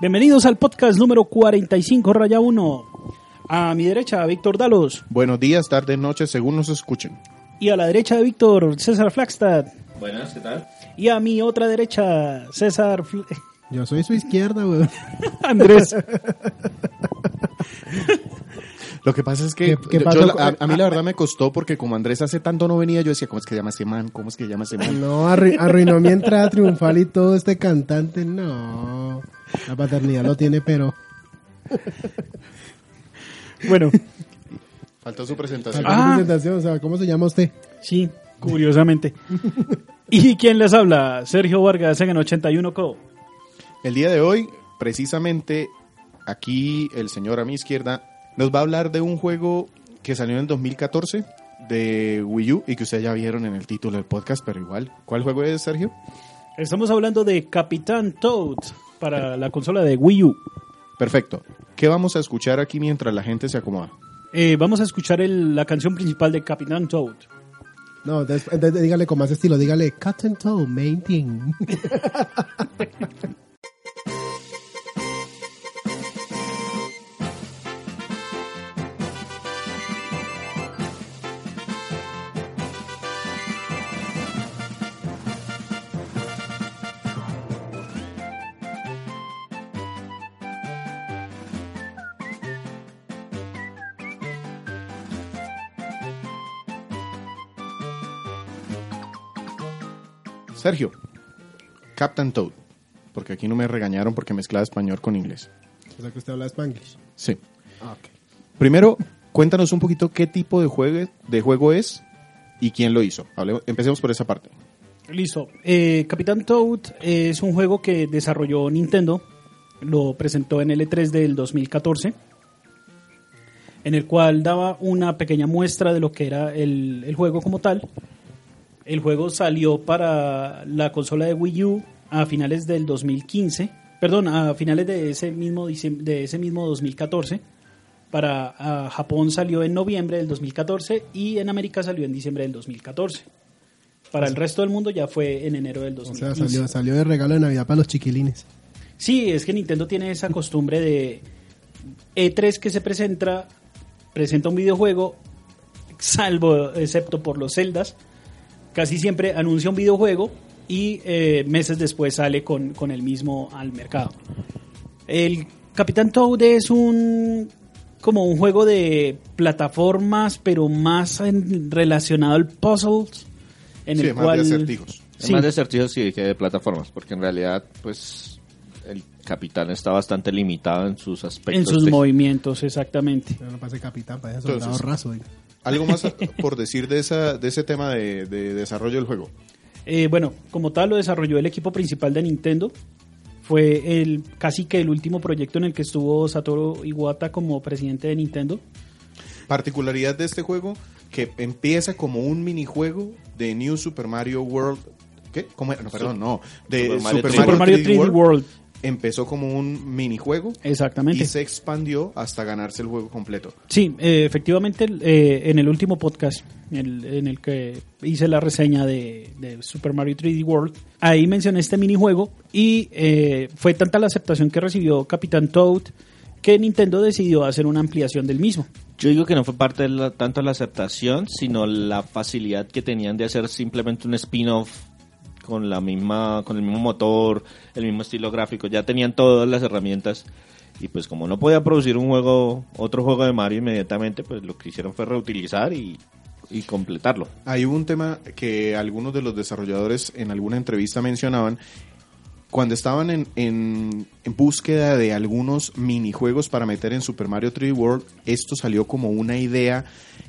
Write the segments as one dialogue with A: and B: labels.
A: Bienvenidos al podcast número 45, raya 1. A mi derecha, Víctor Dalos.
B: Buenos días, tardes, noches, según nos escuchen.
A: Y a la derecha de Víctor, César Flagstad.
C: Buenas, ¿qué tal?
A: Y a mi otra derecha, César... Fl-
D: Yo soy su izquierda, weón.
A: Andrés.
B: Lo que pasa es que
D: ¿Qué- qué
B: yo-
D: pasó
B: yo la-
D: con-
B: a, a mí la verdad me costó porque como Andrés hace tanto no venía, yo decía, ¿cómo es que llama ese man? ¿Cómo es que llama ese man?
D: No, arru- arruinó mi entrada triunfal y todo este cantante. No. La paternidad lo tiene, pero.
A: bueno,
B: Faltó su presentación.
D: Acá
A: Ah.
D: su presentación, o sea, ¿cómo se llama usted?
A: sí, curiosamente. ¿Y quién les habla? Sergio Vargas en 81 Co.
B: El día de hoy, precisamente, aquí el señor a mi izquierda nos va a hablar de un juego que salió en el 2014 de Wii U y que ustedes ya vieron en el título del podcast, pero igual. ¿Cuál juego es, Sergio?
A: Estamos hablando de Capitán Toad para la consola de Wii U.
B: Perfecto. ¿Qué vamos a escuchar aquí mientras la gente se acomoda?
A: Eh, vamos a escuchar el- la canción principal de Capitán Toad.
D: No, des- de- de- dígale con más estilo, dígale cut and toe, main thing.
B: Sergio, Captain Toad, porque aquí no me regañaron porque mezclaba español con inglés.
D: O sea, que usted habla spanglish.
B: Sí.
D: Ah, ok.
B: Primero, cuéntanos un poquito qué tipo de, juegue- de juego es y quién lo hizo. Hable- empecemos por esa parte.
A: Listo. Eh, Capitán Toad eh, es un juego que desarrolló Nintendo. Lo presentó en L3 del 2014. En el cual daba una pequeña muestra de lo que era el, el juego como tal. El juego salió para la consola de Wii U a finales del 2015. Perdón, a finales de ese mismo, diciem- de ese mismo 2014. Para ah, Japón salió en noviembre del 2014 y en América salió en diciembre del 2014. Para el resto del mundo ya fue en enero del
D: O
A: 2015.
D: sea, salió, salió de regalo de Navidad para los chiquilines.
A: Sí, es que Nintendo tiene esa costumbre de E3 que se presenta, presenta un videojuego, salvo, excepto por los Zeldas, casi siempre anuncia un videojuego y eh, meses después sale con, con el mismo al mercado. El Capitán Toad es un como un juego de plataformas, pero más en- relacionado al puzzles, en
B: Sí,
A: el
B: más
A: cual
B: de acertijos.
C: Es
A: Sí.
C: Más de acertijos sí que de plataformas, porque en realidad, pues, el capitán está bastante limitado en sus aspectos.
A: en sus
C: de-
A: movimientos, exactamente.
D: Pero no pase capitán, parece soldado
B: Entonces-
D: raso. oiga.
B: Algo más por decir de, esa, de ese tema de, de desarrollo del juego.
A: Eh, bueno, como tal lo desarrolló el equipo principal de Nintendo. Fue el casi que el último proyecto en el que estuvo Satoru Iwata como presidente de Nintendo.
B: Particularidad de este juego que empieza como un minijuego de New Super Mario World. ¿Qué? ¿Cómo era? No, perdón, no. De
C: Super
B: Super
C: Mario
B: Mario,
C: 3D.
A: Super Mario 3D World.
B: Empezó como un minijuego
A: Exactamente.
B: y se expandió hasta ganarse el juego completo.
A: Sí, eh, efectivamente eh, en el último podcast el- en el que hice la reseña de, de Super Mario 3D World, ahí mencioné este minijuego y eh, fue tanta la aceptación que recibió Capitán Toad que Nintendo decidió hacer una ampliación del mismo.
C: Yo digo que no fue parte de la- tanto la aceptación, sino la facilidad que tenían de hacer simplemente un spin-off con la misma, con el mismo motor, el mismo estilo gráfico. Ya tenían todas las herramientas y pues como no podía producir un juego, otro juego de Mario inmediatamente, pues lo que hicieron fue reutilizar y, y completarlo.
B: Hay un tema que algunos de los desarrolladores en alguna entrevista mencionaban. Cuando estaban en, en- en búsqueda de algunos minijuegos para meter en Super Mario 3D World, esto salió como una idea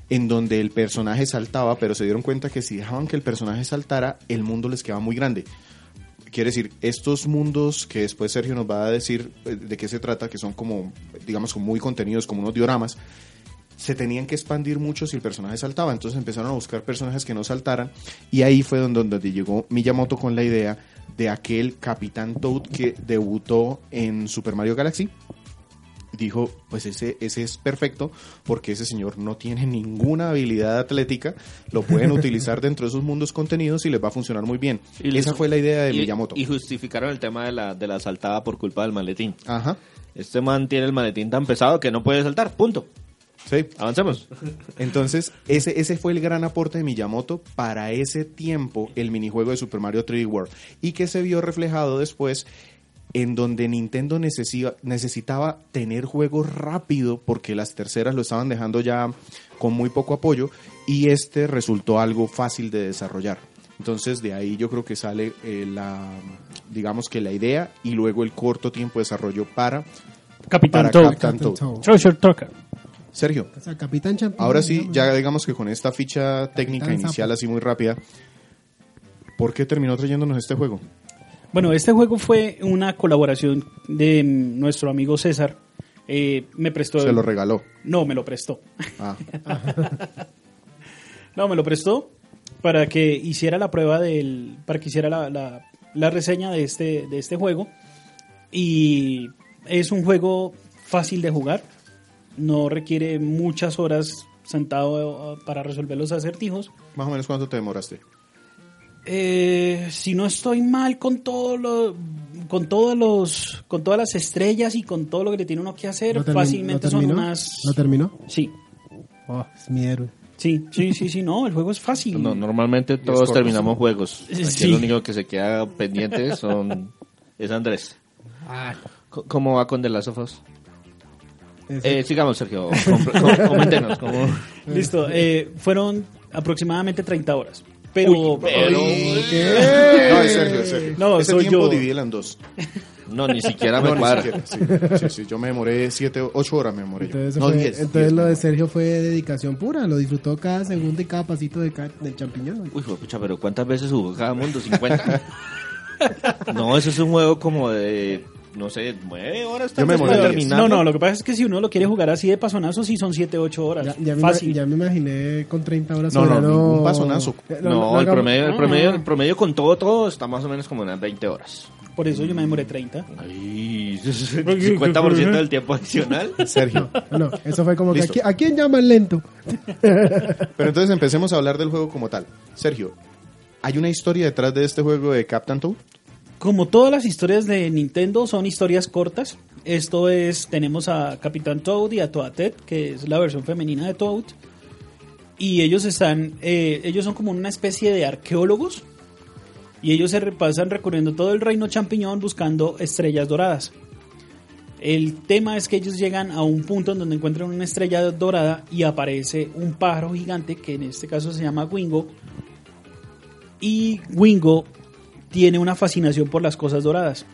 B: en donde el personaje saltaba, pero se dieron cuenta que si dejaban que el personaje saltara, el mundo les quedaba muy grande. Quiere decir, estos mundos que después Sergio nos va a decir eh, de qué se trata, que son como, digamos, como muy contenidos, como unos dioramas, se tenían que expandir mucho si el personaje saltaba. Entonces empezaron a buscar personajes que no saltaran. Y ahí fue donde, donde llegó Miyamoto con la idea de aquel Capitán Toad que debutó en Super Mario Galaxy dijo, pues ese, ese es perfecto porque ese señor no tiene ninguna habilidad atlética, lo pueden utilizar dentro de esos mundos contenidos y les va a funcionar muy bien.
C: Y
B: Esa
C: les-
B: fue la idea de
C: y-
B: Miyamoto.
C: Y justificaron el tema de la, de la saltada por culpa del maletín.
B: Ajá,
C: Este man tiene el maletín tan pesado que no puede saltar. Punto.
B: sí.
C: Avancemos.
B: Entonces, ese, ese fue el gran aporte de Miyamoto para ese tiempo, el minijuego de Super Mario 3D World, y que se vio reflejado después en donde Nintendo necesi- necesitaba tener juegos rápido porque las terceras lo estaban dejando ya con muy poco apoyo y este resultó algo fácil de desarrollar. Entonces de ahí yo creo que sale eh, la, digamos que la idea y luego el corto tiempo de desarrollo para,
A: Capitán
B: para
A: Toad.
B: Captain Toad.
D: Toad.
A: Treasure Trucker.
B: Sergio.
D: O sea, Capitán Champiñón.
B: Ahora sí,
D: digamos.
B: ya digamos que con esta ficha técnica
D: Capitán
B: inicial
D: Sapo.
B: así muy rápida, ¿por qué terminó trayéndonos este juego?
A: Bueno, este juego fue una colaboración de mm, nuestro amigo César. Eh, me prestó.
B: Se lo regaló.
A: no, me lo prestó.
B: Ah,
A: No, me lo prestó para que hiciera la prueba del. para que hiciera la, la- la reseña de este, de este juego. Y es un juego fácil de jugar. No requiere muchas horas sentado eh, para resolver los acertijos.
B: más o menos cuánto te demoraste.
A: Eh, si no estoy mal con todo lo- con todos los con todas las estrellas y con todo lo que le tiene uno que hacer,
D: ¿Lo termi-
A: fácilmente
D: lo
A: son
D: terminó?
A: unas
D: ¿Lo terminó?
A: Sí.
D: Oh, es mi héroe.
A: Sí, sí, sí, sí, no, el juego es fácil.
C: No, normalmente
B: corto,
C: todos terminamos juegos. Aquí
A: Sí.
C: el único que se queda pendiente son, es Andrés.
A: Ah.
C: Co- ¿Cómo va con The Last of Us?
D: Ese-
C: Eh, sigamos, Sergio. Com- com- Coméntenos. cómo-
A: Listo, eh, fueron aproximadamente 30 horas. Pero,
C: pero-
B: No, es Sergio, es Sergio.
A: No,
B: Ese
A: soy
B: tiempo
A: yo.
B: divídelo en dos.
C: No, ni siquiera
B: No,
C: me
B: ni
C: cuadra.
B: siquiera, Sí, sí, sí, yo me demoré siete, ocho horas me demoré. Pues yo.
D: Entonces,
B: no,
D: fue-
B: diez,
D: entonces
B: diez
D: lo
B: me
D: de
B: demoré.
D: Sergio fue dedicación pura. Lo disfrutó cada segundo y cada pasito de ca- del champiñón.
C: Uy, pucha, pero ¿cuántas veces jugó cada mundo? ¿50? no, eso es un juego como de, no sé, nueve horas. tal
B: Yo me
C: vez,
B: demoré
C: para
B: diez.
A: no,
C: terminarlo.
A: no, lo que pasa es que si uno lo quiere jugar así de pasonazo, sí son 7, 8 horas.
D: Ya, ya me,
A: fácil.
D: ya me imaginé con 30 horas.
B: No, no,
D: sobrando-
B: ningún pasonazo.
D: Eh,
C: No,
D: no
C: el,
D: hagamos-
C: promedio, el,
A: no,
C: promedio,
A: no.
C: el promedio con todo, todo está más o menos como unas 20 horas.
A: Por eso yo me demoré 30.
C: Ay, 50% del tiempo adicional.
B: Sergio.
D: No, eso fue como que
B: Listo.
D: ¿a qui- ¿a quién llaman lento?
B: Pero entonces empecemos a hablar del juego como tal. Sergio, ¿hay una historia detrás de este juego de Captain Toad?
A: Como todas las historias de Nintendo son historias cortas. Esto es, tenemos a Capitán Toad y a Toadette, que es la versión femenina de Toad. Y ellos están, eh, ellos son como una especie de arqueólogos. Y ellos se repasan recorriendo todo el reino champiñón buscando estrellas doradas. El tema es que ellos llegan a un punto en donde encuentran una estrella dorada y aparece un pájaro gigante que en este caso se llama Wingo. Y Wingo tiene una fascinación por las cosas doradas.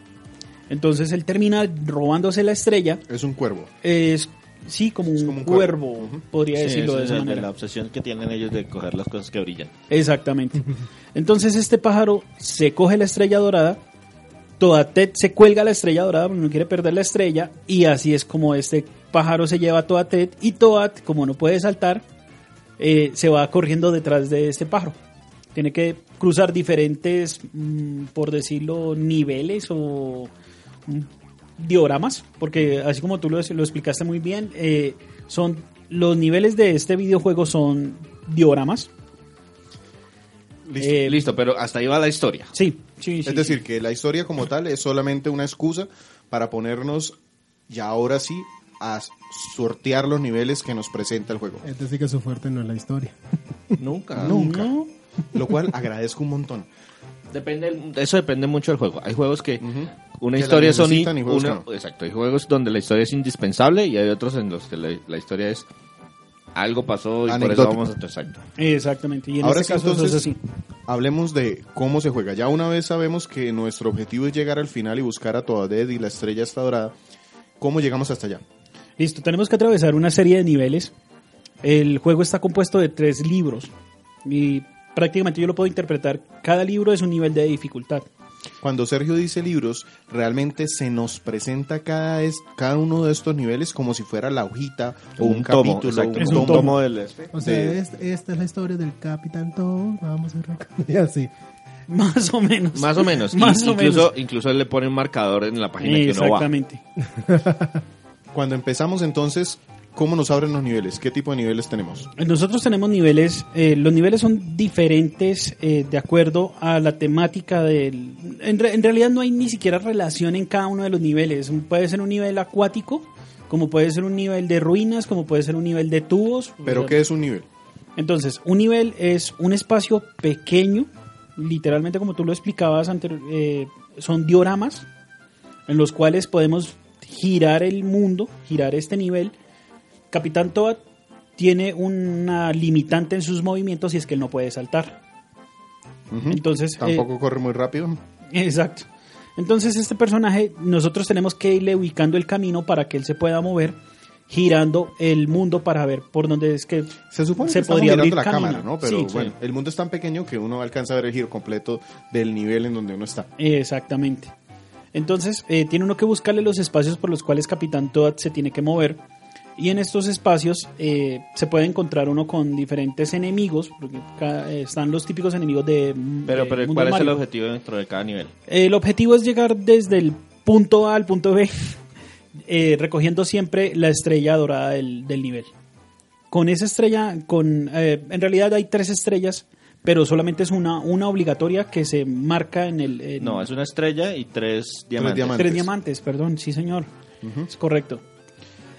A: Entonces él termina robándose la estrella.
B: Es un cuervo.
A: Es sí, como un,
B: como un
A: cuervo,
B: cuervo. Ujú.
A: podría
C: Sí,
A: decirlo
C: eso
A: de
C: es
A: esa
C: de
A: manera.
C: la obsesión que tienen ellos de coger las cosas que brillan.
A: Exactamente. Entonces este pájaro se coge la estrella dorada, toda Ted se cuelga la estrella dorada porque no quiere perder la estrella y así es como este pájaro se lleva a toda Ted y Toad, como no puede saltar, eh, se va corriendo detrás de este pájaro. Tiene que cruzar diferentes, mm, por decirlo, niveles o mm, dioramas, porque así como tú lo, lo explicaste muy bien, eh, son los niveles de este videojuego son dioramas.
B: Listo.
A: Eh,
C: Listo, pero hasta ahí va la historia.
A: Sí, sí, sí.
B: Es decir, que la historia como tal es solamente una excusa para ponernos, ya ahora sí, a sortear los niveles que nos presenta el juego.
D: Es decir, Este que su fuerte no es la historia.
C: Nunca.
B: Nunca. Lo cual agradezco un montón.
C: Depende, eso depende mucho del juego. Hay juegos que
B: Ujú.
C: una
B: Que la
C: historia son
B: necesitan y juegos
C: una-
B: que no.
C: exacto. Hay juegos donde la historia es indispensable y hay otros en los que la, la historia es algo pasó y por eso
B: Anecdótico.
C: vamos a exacto.
A: Exactamente. Y en
B: Ahora
A: este
B: sí,
A: caso eso es
B: entonces,
A: así.
B: hablemos de cómo se juega. Ya una vez sabemos que nuestro objetivo es llegar al final y buscar a Toadette y la estrella está dorada. ¿Cómo llegamos hasta allá?
A: Listo, tenemos que atravesar una serie de niveles. El juego está compuesto de tres libros. Y prácticamente yo lo puedo interpretar. Cada libro es un nivel de dificultad.
B: Cuando Sergio dice libros, realmente se nos presenta cada, es- cada uno de estos niveles como si fuera la hojita o un,
C: tomo,
B: capítulo.
C: exacto.
B: un
A: Es un
B: tomo.
A: tomo.
C: del este.
D: O sea,
B: De-
D: es- esta es la historia del Capitán Toad. Vamos a recordar. Y así.
A: Más o menos.
C: Más o menos.
A: Más
C: In-
A: o
C: incluso,
A: menos.
C: incluso le pone un marcador en la página que no va.
A: Exactamente.
B: Cuando empezamos entonces, ¿cómo nos abren los niveles? ¿Qué tipo de niveles tenemos?
A: Nosotros tenemos niveles, eh, los niveles son diferentes eh, de acuerdo a la temática del... En, re- en realidad no hay ni siquiera relación en cada uno de los niveles. Puede ser un nivel acuático, como puede ser un nivel de ruinas, como puede ser un nivel de tubos.
B: ¿Pero
A: O sea,
B: qué es un nivel?
A: Entonces, un nivel es un espacio pequeño, literalmente como tú lo explicabas antes, son dioramas en los cuales podemos girar el mundo, girar este nivel. Capitán Toad tiene una limitante en sus movimientos y es que él no puede saltar.
B: Ujú.
A: Entonces, eh,
B: Tampoco corre muy rápido.
A: Exacto. Entonces este personaje nosotros tenemos que irle ubicando el camino para que él se pueda mover, girando el mundo para ver por dónde es que
B: Se supone que
A: se
B: estamos
A: podría
B: mirando
A: abrir
B: la
A: camino.
B: cámara, ¿no? Pero
A: Sí,
B: bueno, el mundo es tan pequeño que uno alcanza a ver el giro completo del nivel en donde uno está.
A: Exactamente. Entonces, eh, tiene uno que buscarle los espacios por los cuales Capitán Toad se tiene que mover. Y en estos espacios eh, se puede encontrar uno con diferentes enemigos, porque ca- eh, están los típicos enemigos de... mm,
C: Pero,
A: de
C: pero
A: Mundo
C: ¿cuál es el
A: Mario.
C: objetivo dentro de cada nivel?
A: El objetivo es llegar desde el punto A al punto B, eh, recogiendo siempre la estrella dorada del, del nivel. Con esa estrella, con eh, en realidad hay tres estrellas, pero solamente es una, una obligatoria que se marca en el... en-
C: No, es una estrella y tres diamantes.
B: diamantes.
A: Tres diamantes, perdón, sí señor. Es correcto.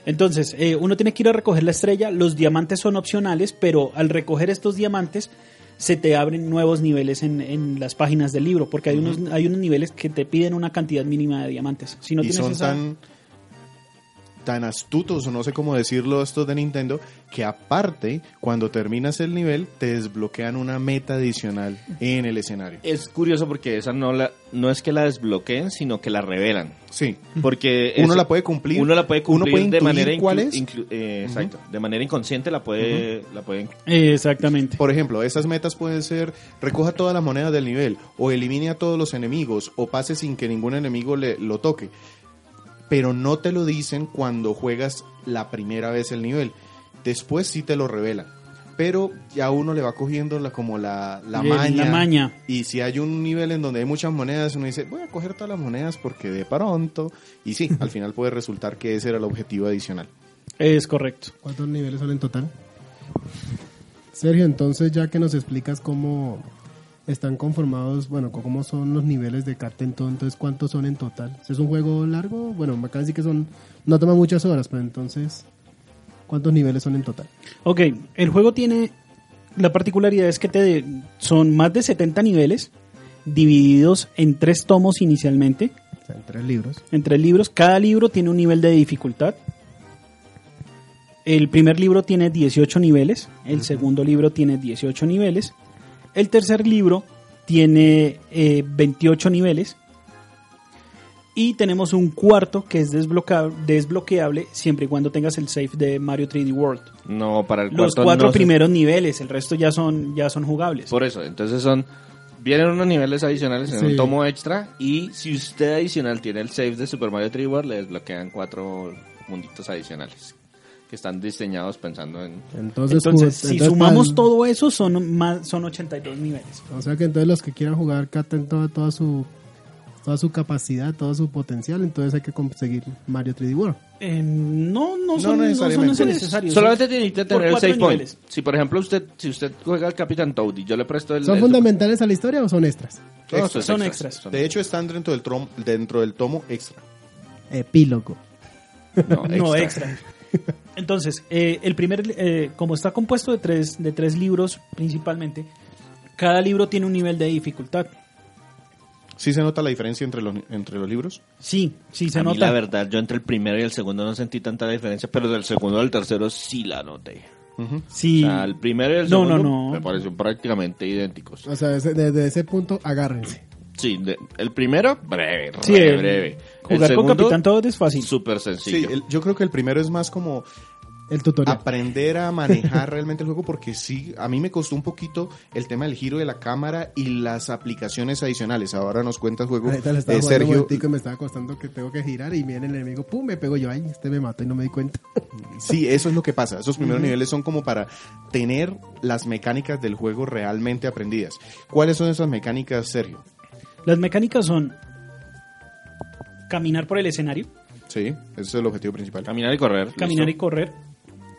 A: Entonces, eh, uno tiene que ir a recoger la estrella, los diamantes son opcionales, pero al recoger estos diamantes se te abren nuevos niveles en, en las páginas del libro, porque hay, unos, hay unos niveles que te piden una cantidad mínima de diamantes. Si no
B: y
A: tienes
B: son
A: esa-
B: tan, tan astutos, o no sé cómo decirlo, estos de Nintendo, que aparte, cuando terminas el nivel, te desbloquean una meta adicional en el escenario.
C: Es curioso porque esa no la no es que la desbloqueen, sino que la revelan.
B: Sí.
C: Porque
B: Uno
C: es-
B: la puede cumplir.
C: Uno la puede
B: Uno
C: cumplir
B: puede
C: de
B: intuir
C: manera inclu-
B: cuál es.
C: inclu- eh, exacto, de manera inconsciente la puede la pueden
A: Eh, Exactamente.
B: Por ejemplo, esas metas pueden ser recoja todas las monedas del nivel, o elimine a todos los enemigos, o pase sin que ningún enemigo le, lo toque. Pero no te lo dicen cuando juegas la primera vez el nivel. Después sí te lo revelan. Pero ya uno le va cogiendo la, como la, la
A: Eh,
B: maña.
A: la maña.
B: Y si hay un nivel en donde hay muchas monedas, uno dice, voy a coger todas las monedas porque de pronto. Y sí, al final puede resultar que ese era el objetivo adicional.
A: Es correcto.
D: ¿Cuántos niveles son en total? Sergio, entonces ya que nos explicas cómo están conformados, bueno, c- cómo son los niveles de Cartentón, entonces cuántos son en total. ¿Es un juego largo? Bueno, me acaba de decir que son, no toma muchas horas, pero entonces, ¿cuántos niveles son en total?
A: Ok, el juego tiene la particularidad es que te de- son más de 70 niveles divididos en tres tomos inicialmente.
D: O sea, en tres libros.
A: en tres libros. Cada libro tiene un nivel de dificultad. El primer libro tiene 18 niveles, el segundo libro tiene 18 niveles, el tercer libro tiene eh, 28 niveles y tenemos un cuarto que es desbloca- desbloqueable siempre y cuando tengas el save de Mario 3D World.
C: no para el
A: Los
C: cuarto
A: cuatro
C: no se-
A: primeros niveles, el resto ya son, ya son jugables.
C: Por eso, entonces son vienen unos niveles adicionales en
D: Sí.
C: un tomo extra y si usted adicional tiene el save de Super Mario 3D World le desbloquean cuatro munditos adicionales que están diseñados pensando en
D: Entonces,
A: Entonces,
D: pues,
A: si
D: entonces,
A: sumamos
D: para-
A: todo eso, son, más, son 82 niveles.
D: O sea que entonces los que quieran jugar Caten toda, toda su toda su capacidad, todo su potencial, entonces hay que conseguir Mario 3D World.
A: Eh, no, no son, no
B: No necesariamente.
A: son, no son
B: Pues,
A: necesarios.
C: Solamente
A: Son-
C: necesita
A: por
C: tener el
A: cuatro
C: save point.
A: niveles.
C: Si por ejemplo usted, si usted juega al Capitán Toad y yo le presto el
D: ¿Son
C: el-
D: fundamentales a la historia o son extras?
C: Todos
B: Extras.
A: Son extras.
C: Son-
B: De hecho, están dentro del, trom- dentro del tomo extra.
D: Epílogo.
C: no,
A: No, extra. Entonces, eh, el primer, eh, como está compuesto de tres, de tres libros principalmente, cada libro tiene un nivel de dificultad.
B: ¿Sí se nota la diferencia entre los, entre los libros?
A: Sí, sí se
C: A mí
A: nota.
C: la verdad, yo entre el primero y el segundo no sentí tanta diferencia, pero del segundo al tercero sí la noté.
B: Ujú.
A: Sí.
C: O sea, el primero y el
A: No, no,
C: segundo
A: no.
C: me parecieron prácticamente idénticos.
D: O sea, desde, desde ese punto agárrense.
C: Sí, de- el primero, breve, re
A: Sí, el-
C: breve.
A: Jugar
C: el
A: con
C: segundo,
A: Capitán Toad es fácil.
C: súper
B: Sí,
C: sencillo.
B: el- yo creo que el primero es más como
D: El tutorial.
B: aprender a manejar realmente el juego porque sí, a mí me costó un poquito el tema del giro de la cámara y las aplicaciones adicionales. Ahora nos cuenta el juego
D: Ahorita le estaba
B: eh,
D: jugando un
B: Sergio.
D: momentico y me estaba costando que tengo que girar y viene el enemigo, pum, me pego yo, ay, este me mató y no me di cuenta.
B: Sí, eso es lo que pasa. Esos primeros niveles son como para tener las mecánicas del juego realmente aprendidas. ¿Cuáles son esas mecánicas, Sergio?
A: Las mecánicas son caminar por el escenario.
B: Sí, ese es el objetivo principal.
C: Caminar y correr.
A: Caminar y
C: listo.
A: correr.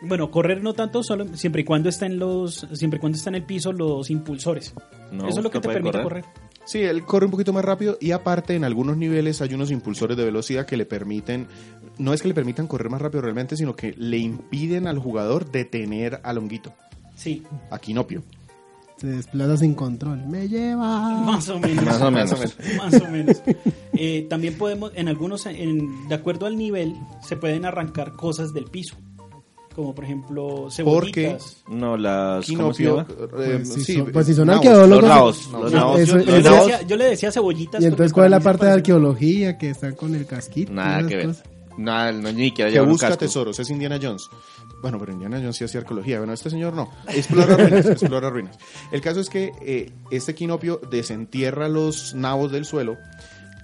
A: Bueno, correr no tanto, solo siempre y cuando estén los, siempre y cuando está en el piso los impulsores.
C: No,
A: Eso es lo que
C: no
A: te
C: puede
A: permite correr.
C: correr.
B: Sí, él corre un poquito más rápido y aparte en algunos niveles hay unos impulsores de velocidad que le permiten, no es que le permitan correr más rápido realmente, sino que le impiden al jugador detener al honguito,
A: Sí,
B: a Quinopio.
D: Se desplaza sin control. ¡Me lleva!
A: más o menos.
C: Más o menos.
A: Más o menos. Eh, también podemos, en algunos, en- de acuerdo al nivel, se pueden arrancar cosas del piso. Como por ejemplo, cebollitas.
C: No, las... Pues, ¿cómo se
B: Quinopio,
C: llama?
B: eh,
D: Pues si
B: sí,
D: son, pues si son
B: no,
D: arqueólogos.
C: los naos,
D: no,
C: los
D: no,
C: naos,
D: eso-
C: los
A: Yo le,
D: eso-
C: naos.
A: decía, yo le decía cebollitas.
D: Y
A: porque
D: entonces,
A: para
D: ¿cuál es la
A: mí se
D: parte de
A: parece-
D: arqueología que están con el casquito?
C: Nada
D: esas
C: que ver.
D: cosas?
C: Nada, no, ni siquiera
B: Que
C: lleva un
B: busca
C: casco.
B: tesoros, es Indiana Jones. Bueno, pero Indiana Jones sí hacía arqueología. Bueno, este señor no. Explora ruinas, explora ruinas. El caso es que eh, este quinopio desentierra los nabos del suelo,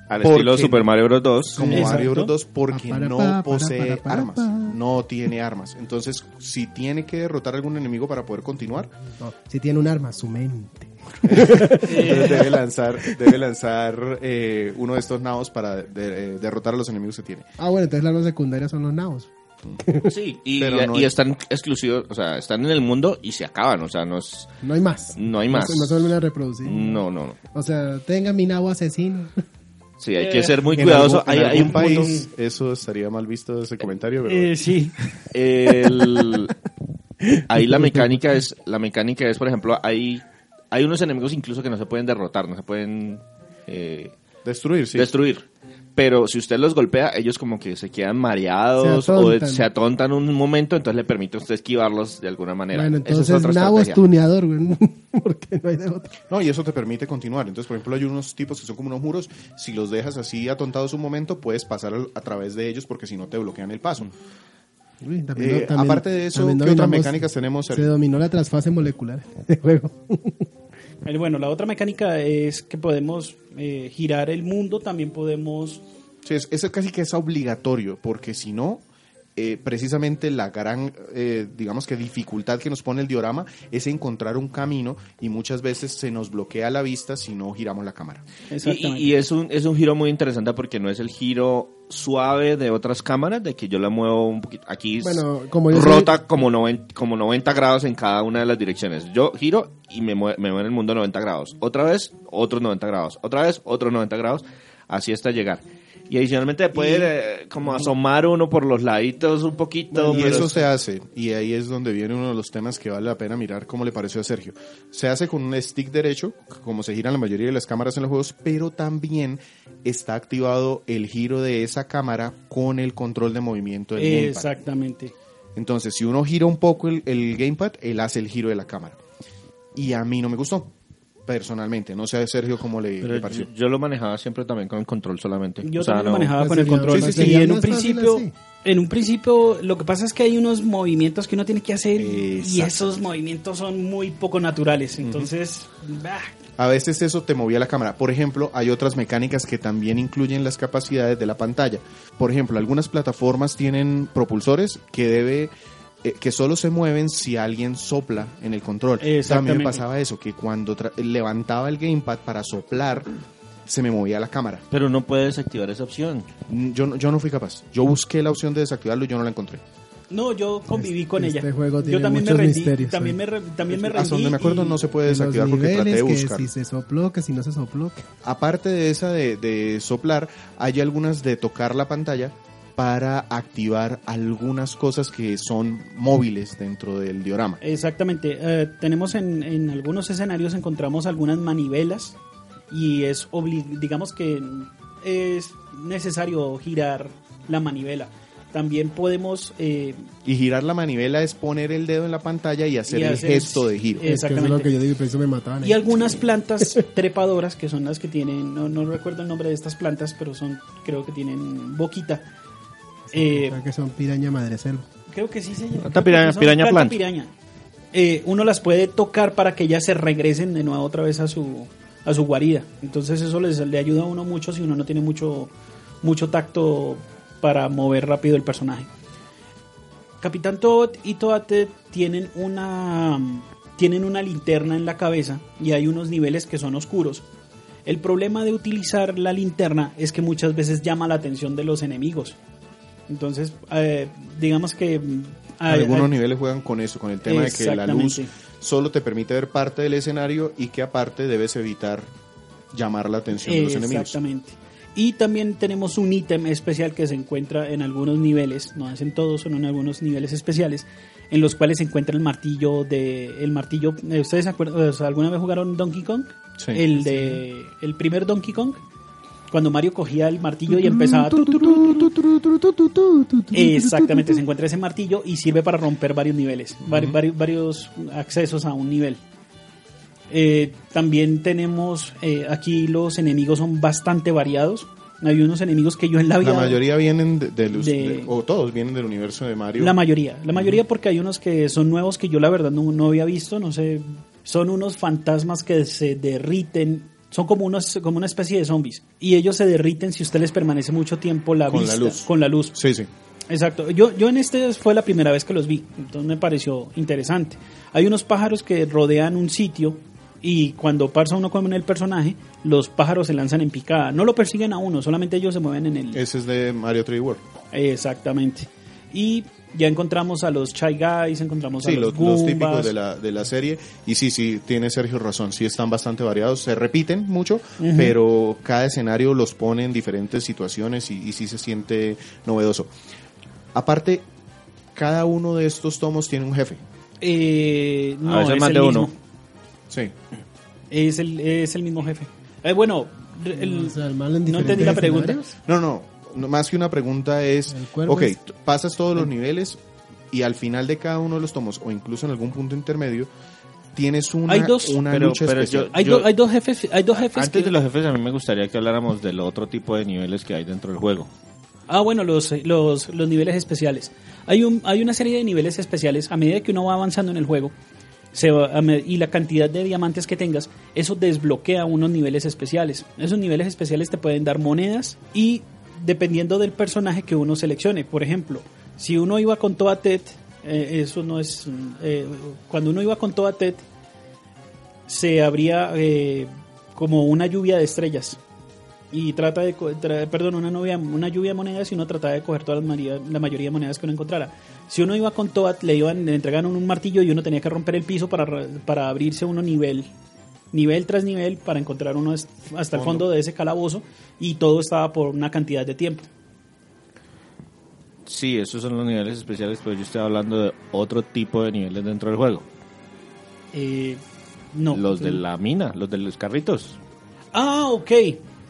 C: Al
B: Porque-
C: estilo Super Mario Bros. 2.
B: como
A: Exacto.
B: Mario Bros. 2, porque
D: Pa, Ah, para,
B: no
D: pa, para,
B: posee
D: para, para,
B: armas.
D: pa.
B: No tiene armas. Entonces, si tiene que derrotar a algún enemigo para poder continuar,
D: No, si tiene un arma, su mente.
A: Eh,
B: entonces debe lanzar, debe lanzar eh, uno de estos nabos para de- eh, derrotar a los enemigos que tiene.
D: Ah, bueno, entonces las armas secundarias son los naos.
C: Sí, y,
B: Pero no
C: y
B: es-
C: están exclusivos, o sea, están en el mundo y se acaban, o sea, no, es-
D: No hay más.
C: no hay
D: No
C: más.
D: se- No se vuelven a reproducir.
C: No, no, no.
D: O sea, tenga mi nabo asesino.
C: Sí, hay
A: Eh,
C: que ser muy
B: En
C: cuidadoso.
B: algún- en
C: hay, hay un
B: algún
C: país.
B: país, eso estaría mal visto ese comentario, pero
A: Eh, sí.
C: El- ahí la mecánica es, la mecánica es, por ejemplo, hay, hay unos enemigos incluso que no se pueden derrotar, no se pueden eh,
B: destruir, sí.
C: destruir. Pero si usted los golpea, ellos como que se quedan mareados
D: Se
C: o
D: atontan.
C: se atontan un momento, entonces le permite a usted esquivarlos de alguna manera.
D: bueno,
C: Esa es
D: entonces
C: otra
D: nabo es
C: estrategia.
D: tuneador, güey. Porque no hay de otro.
B: No, y eso te permite continuar. Entonces, por ejemplo, hay unos tipos que son como unos muros. Si los dejas así atontados un momento, puedes pasar al- a través de ellos porque si no te bloquean el paso.
C: Mm.
D: Uy, también-
B: Eh,
D: también-
B: aparte de eso,
D: también
B: ¿qué otras
D: dominamos-
B: mecánicas tenemos,
D: Se
B: Sergio?
D: dominó la trasfase molecular del juego.
A: Eh, Bueno, la otra mecánica es que podemos eh, girar el mundo, también podemos
B: Sí, es- eso casi que es obligatorio porque si no, eh, precisamente la gran, eh, digamos que dificultad que nos pone el diorama es encontrar un camino y muchas veces se nos bloquea la vista si no giramos la cámara.
C: Y,
A: Exactamente.
C: y- y es, un, es un giro muy interesante porque no es el giro suave de otras cámaras, de que yo la muevo un poquito. Aquí es
D: Bueno, como yo soy-
C: rota como, 90, como 90 grados en cada una de las direcciones. Yo giro y me mue- me muevo en el mundo 90 grados. Otra vez, otros 90 grados. Otra vez, otros 90 grados. Así hasta llegar. Y adicionalmente puede eh, como asomar uno por los laditos un poquito.
B: y
C: pero
B: eso
C: es-
B: se hace, y ahí es donde viene uno de los temas que vale la pena mirar cómo le pareció a Sergio. Se hace con un stick derecho, como se giran la mayoría de las cámaras en los juegos, pero también está activado el giro de esa cámara con el control de movimiento del gamepad.
A: Exactamente.
B: Entonces, si uno gira un poco el, el gamepad, él hace el giro de la cámara. Y a mí no me gustó, personalmente. No sé a Sergio cómo le,
C: pero
B: le
C: yo,
B: pareció.
C: yo lo manejaba siempre también con el control solamente.
A: Yo
C: O sea,
A: también lo
C: no-
A: manejaba
D: Pues
A: con el
D: sería-
A: control.
D: sí, sí,
A: y
D: sería
A: en un
D: más fácil
A: principio,
D: así.
A: en un principio, lo que pasa es que hay unos movimientos que uno tiene que hacer y
B: Exacto.
A: esos movimientos son muy poco naturales. Entonces, bah,
B: A veces eso te movía la cámara. Por ejemplo, hay otras mecánicas que también incluyen las capacidades de la pantalla. Por ejemplo, algunas plataformas tienen propulsores que debe eh, que solo se mueven si alguien sopla en el control. O sea, A mí me
A: Exactamente.
B: pasaba eso, que cuando tra- levantaba el gamepad para soplar, se me movía la cámara.
C: Pero no puede desactivar esa opción.
B: Mm, Yo no, yo no fui capaz. Yo busqué la opción de desactivarlo y yo no la encontré.
A: no, yo conviví
D: Este-
A: con
D: este
A: ella.
D: juego tiene
A: yo también me
D: muchos
A: rendí,
D: misterios,
A: también
D: ¿eh?
A: me, re- también me rendí.
B: Este, Hasta donde me acuerdo
A: y-
B: no se puede
D: Los
B: desactivar porque traté de
D: niveles,
B: buscar.
D: Que si se sopló, que si no se sopló. que-
B: Aparte de esa de, de soplar, hay algunas de tocar la pantalla para activar algunas cosas que son móviles dentro del diorama.
A: Exactamente. Eh, tenemos en, en algunos escenarios encontramos algunas manivelas y es obli- digamos que es necesario girar la manivela. También podemos eh,
B: Y girar la manivela es poner el dedo en la pantalla y hacer
A: Y
B: el
A: hacer-
B: gesto de giro.
A: Eh,
D: Es que eso es lo
A: Exactamente.
D: que yo digo, por eso me mataban. eh.
A: Y
D: ahí.
A: algunas plantas trepadoras que son las que tienen, no, no recuerdo el nombre de estas plantas, pero son, creo que tienen boquita. Eh,
D: O sea, que son piraña madre selva.
A: creo que sí se llama.
C: Planta piraña- piraña
A: planta
C: plant.
A: piraña. Eh, uno las puede tocar para que ellas se regresen de nuevo otra vez a su, a su guarida. Entonces eso les, le ayuda a uno mucho si uno no tiene mucho, mucho tacto para mover rápido el personaje. Capitán Toad y Toate tienen una tienen una linterna en la cabeza y hay unos niveles que son oscuros. El problema de utilizar la linterna es que muchas veces llama la atención de los enemigos. Entonces, eh, digamos que... mm, hay-
B: Algunos
A: hay-
B: niveles juegan con eso, con el tema de que la luz
A: Exactamente.
B: solo te permite ver parte del escenario y que aparte debes evitar llamar la atención de los enemigos.
A: Eh, Exactamente. Y también tenemos un ítem especial que se encuentra en algunos niveles, no es en todos, sino en algunos niveles especiales, en los cuales se encuentra el martillo de el martillo. eh, ¿Ustedes se acuerdan- o sea, alguna vez jugaron Donkey Kong?
B: Sí.
A: El de el primer Donkey Kong, cuando Mario cogía el martillo y empezaba. a- Exactamente, se encuentra ese martillo y sirve para romper varios niveles, vari- vari- varios, accesos a un nivel. Eh, también tenemos eh, aquí los enemigos son bastante variados. Hay unos enemigos que yo en la vida.
B: La mayoría vienen de, de los-
A: De-
B: de- o todos vienen del universo de Mario.
A: La mayoría. La mayoría porque hay unos que son nuevos que yo la verdad no, no había visto. No sé. Son unos fantasmas que se derriten. Son como, unos, como una especie de zombies. Y ellos se derriten si usted les permanece mucho tiempo la
B: Con la
A: vista.
B: luz.
A: Con la luz.
B: Sí, sí.
A: Exacto. Yo, yo en este fue la primera vez que los vi, entonces me pareció interesante. Hay unos pájaros que rodean un sitio y cuando pasa uno con el personaje, los pájaros se lanzan en picada. No lo persiguen a uno, solamente ellos se mueven en el...
B: Ese es de Mario 3D World.
A: Exactamente. Y ya encontramos a los Chai Guys, encontramos
B: Sí,
A: a los,
B: los, los típicos
A: Goombas.
B: de la, de la serie. Y sí, sí, tiene Sergio razón. Sí, están bastante variados. Se repiten mucho, pero cada escenario los pone en diferentes situaciones y, y sí se siente novedoso. Aparte, cada uno de estos tomos tiene un jefe.
A: Eh, no,
C: A veces
A: es
C: más
A: el
C: de
A: mismo.
C: uno.
B: Sí.
A: Es el, es el mismo jefe. Eh, bueno, el-
D: O sea, el mal en
A: no entendí
D: diferentes
A: la pregunta.
D: escenarios.
B: No, no. no, Más que una pregunta es,
D: El cuervo
B: ok,
D: es-
B: t- pasas todos los niveles y al final de cada uno de los tomos, o incluso en algún punto intermedio, tienes una,
A: Hay dos,
B: una
C: pero-
B: lucha
C: pero
B: especial.
C: yo-
A: Hay, do- hay dos jefes, hay dos jefes
C: Antes
A: que-
C: de los jefes, a mí me gustaría que habláramos del otro tipo de niveles que hay dentro del juego.
A: Ah, bueno, los, los, los niveles especiales. Hay, un, hay una serie de niveles especiales a medida que uno va avanzando en el juego se va- a me- y la cantidad de diamantes que tengas, eso desbloquea unos niveles especiales. Esos niveles especiales te pueden dar monedas y dependiendo del personaje que uno seleccione. Por ejemplo, si uno iba con toda TED, eh, eso no es... mm, eh, cuando uno iba con toda TED, se abría eh, como una lluvia de estrellas y trata de co- tra- perdón una novia una lluvia de monedas y uno trataba de coger todas las maría- la mayoría de monedas que uno encontrara si uno iba con Toad le iban le entregaron un martillo y uno tenía que romper el piso para, ra- para abrirse uno nivel nivel tras nivel para encontrar uno es- hasta el fondo de ese calabozo y todo estaba por una cantidad de tiempo
C: Sí, esos son los niveles especiales, pero yo estoy hablando de otro tipo de niveles dentro del juego.
A: Eh, no
C: Los de la mina, los de los carritos.
A: ah ok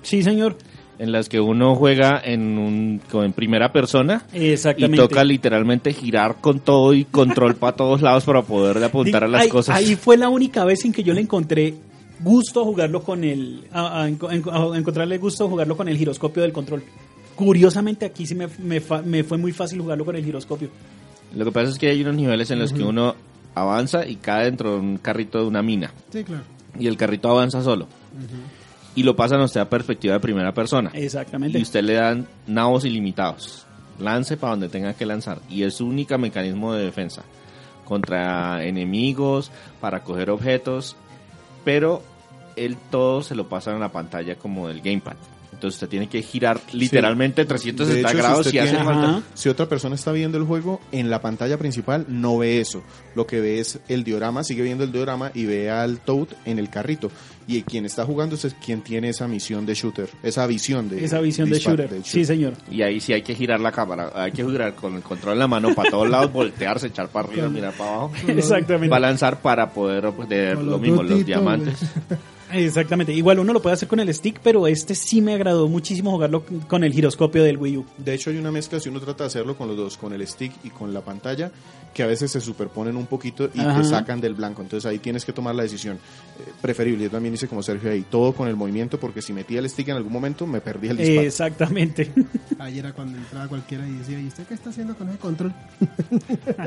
A: sí señor
C: En las que uno juega en, un, con- en primera persona y
A: exactamente
C: toca literalmente girar con todo y control para todos lados para poderle apuntar a las
A: ahí,
C: cosas.
A: Ahí fue la única vez en que yo le encontré gusto a jugarlo con el. A, a enco- a encontrarle gusto a jugarlo con el giroscopio del control. Curiosamente, aquí sí me, me fa- me fue muy fácil jugarlo con el giroscopio.
C: Lo que pasa es que hay unos niveles en los que uno avanza y cae dentro de un carrito de una mina.
D: Sí, claro.
C: Y el carrito avanza solo. Y lo pasan a usted a perspectiva de primera persona.
A: Exactamente.
C: Y usted le dan nabos ilimitados. Lance para donde tenga que lanzar. Y es su único mecanismo de defensa. Contra enemigos, para coger objetos. Pero él todo se lo pasan a la pantalla como del gamepad. Entonces usted tiene que girar literalmente 360
B: De hecho, si
C: grados
B: usted
C: y hace
B: tiene-
C: falta.
A: Ajá.
B: Si otra persona está viendo el juego, en la pantalla principal no ve eso. Lo que ve es el diorama, sigue viendo el diorama y ve al Toad en el carrito. Y quien está jugando es quien tiene esa misión de shooter, esa visión de
A: Esa visión de
B: disparo,
A: shooter. Sí, señor.
C: Y ahí sí hay que girar la cámara, hay que girar con el control en la mano para todos lados, voltearse, echar para arriba, mirar para abajo,
A: Exactamente.
C: balanzar para poder obtener
D: Con
C: lo
D: los
C: mismo, los
D: dotitos,
C: diamantes.
A: Exactamente. Igual uno lo puede hacer con el stick, pero este sí me agradó muchísimo jugarlo con el giroscopio del Wii U.
B: De hecho, hay una mezcla si uno trata de hacerlo con los dos, con el stick y con la pantalla, que a veces se superponen un poquito y
A: Ajá.
B: te sacan del blanco. Entonces ahí tienes que tomar la decisión eh, preferible. Yo también hice como Sergio ahí, todo con el movimiento, porque si metía el stick en algún momento, me perdía el disparo.
A: Eh, Exactamente.
D: Ahí era cuando entraba cualquiera y decía, ¿y usted qué está haciendo con ese control?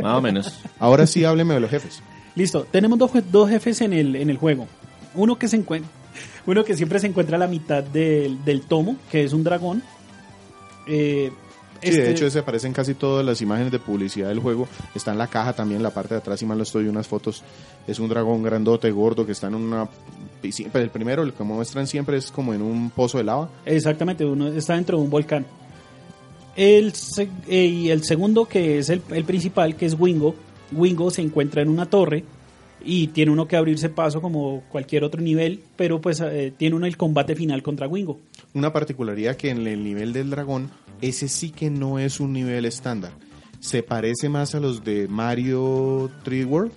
C: Más o menos.
B: Ahora sí, hábleme de los jefes.
A: Listo, tenemos dos, jue- dos jefes en el, en el juego. Uno que se encuentra, uno que siempre se encuentra a la mitad del, del tomo, que es un dragón. Eh,
B: Sí,
A: este-
B: de hecho se aparecen casi todas las imágenes de publicidad del juego. Está en la caja también, en la parte de atrás, si mal no estoy, unas fotos. Es un dragón grandote, gordo, que está en una piscina. Pero el primero, el que muestran siempre, es como en un pozo de lava.
A: exactamente, uno está dentro de un volcán. El se- eh, y el segundo, que es el, el principal, que es Wingo. Wingo se encuentra en una torre y tiene uno que abrirse paso como cualquier otro nivel, pero pues eh, tiene uno el combate final contra Wingo.
B: Una particularidad que en el nivel del dragón, ese sí que no es un nivel estándar. Se parece más a los de Mario 3 World,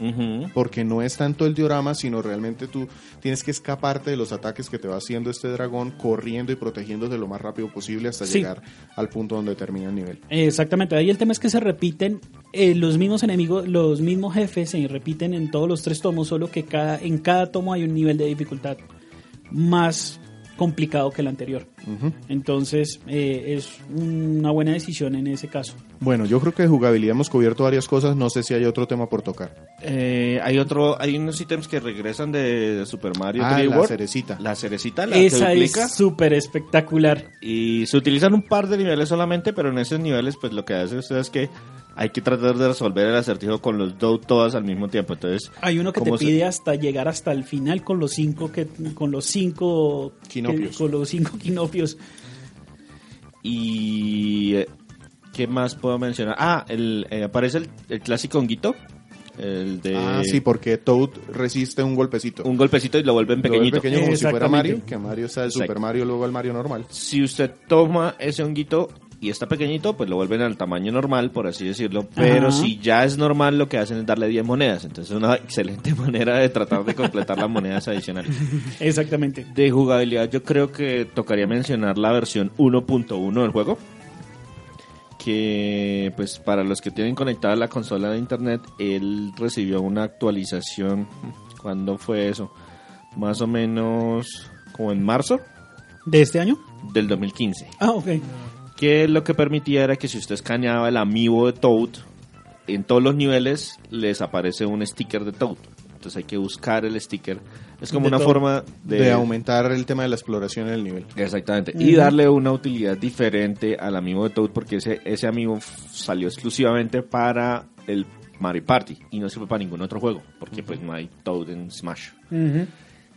C: Ujú.
B: porque no es tanto el diorama, sino realmente tú tienes que escaparte de los ataques que te va haciendo este dragón, corriendo y protegiéndote lo más rápido posible hasta
A: Sí.
B: llegar al punto donde termina el nivel.
A: Exactamente, ahí el tema es que se repiten eh, los mismos enemigos, los mismos jefes se repiten en todos los tres tomos, solo que cada, en cada tomo hay un nivel de dificultad más complicado que el anterior.
B: Ujú.
A: Entonces eh, es una buena decisión en ese caso.
B: Bueno, yo creo que de jugabilidad hemos cubierto varias cosas, no sé si hay otro tema por tocar.
C: Eh, hay otro, hay unos ítems que regresan de Super Mario
B: Ah,
C: 3D
B: la
C: World.
B: cerecita.
C: La cerecita, la
A: Esa
C: que duplica.
A: es súper espectacular.
C: Y se utilizan un par de niveles solamente, pero en esos niveles, pues lo que hace usted es que hay que tratar de resolver el acertijo con los dos todas al mismo tiempo. Entonces,
A: Hay uno que te
C: ¿cómo se-
A: pide hasta llegar hasta el final con los cinco que con los cinco
B: Quinopios.
A: que- con los cinco quinopios.
C: Y. eh, ¿Qué más puedo mencionar? Ah, el, eh, aparece el, el clásico honguito. El de.
B: Ah, sí, porque Toad resiste un golpecito.
C: Eh, Un golpecito y lo vuelven
B: Lo vuelve
C: pequeñito.
B: pequeño como si fuera
A: Exactamente.
B: Mario, que Mario está de
C: Exacto.
B: Super Mario luego al Mario normal.
C: Si usted toma ese honguito y está pequeñito, pues lo vuelven al tamaño normal, por así decirlo. Pero
A: Ajá.
C: si ya es normal, lo que hacen es darle 10 monedas. Entonces, es una excelente manera de tratar de completar las monedas adicionales.
A: Exactamente.
C: De jugabilidad, yo creo que tocaría mencionar la versión 1.1 del juego. Que, pues, para los que tienen conectada la consola de internet, él recibió una actualización. ¿Cuándo fue eso? Más o menos como en marzo
A: ¿De este año?
C: del 2015.
A: Ah, ok.
C: Que lo que permitía era que si usted escaneaba el amiibo de Toad, en todos los niveles les aparece un sticker de Toad. Entonces hay que buscar el sticker. Es como
A: De
C: una
A: Toad.
C: forma
B: De, aumentar el tema de la exploración en el nivel.
C: Exactamente.
A: Ujú.
C: Y darle una utilidad diferente al amigo de Toad porque ese, ese amigo salió exclusivamente para el Mario Party y no sirve para ningún otro juego porque pues no hay Toad en Smash.
A: Ujú.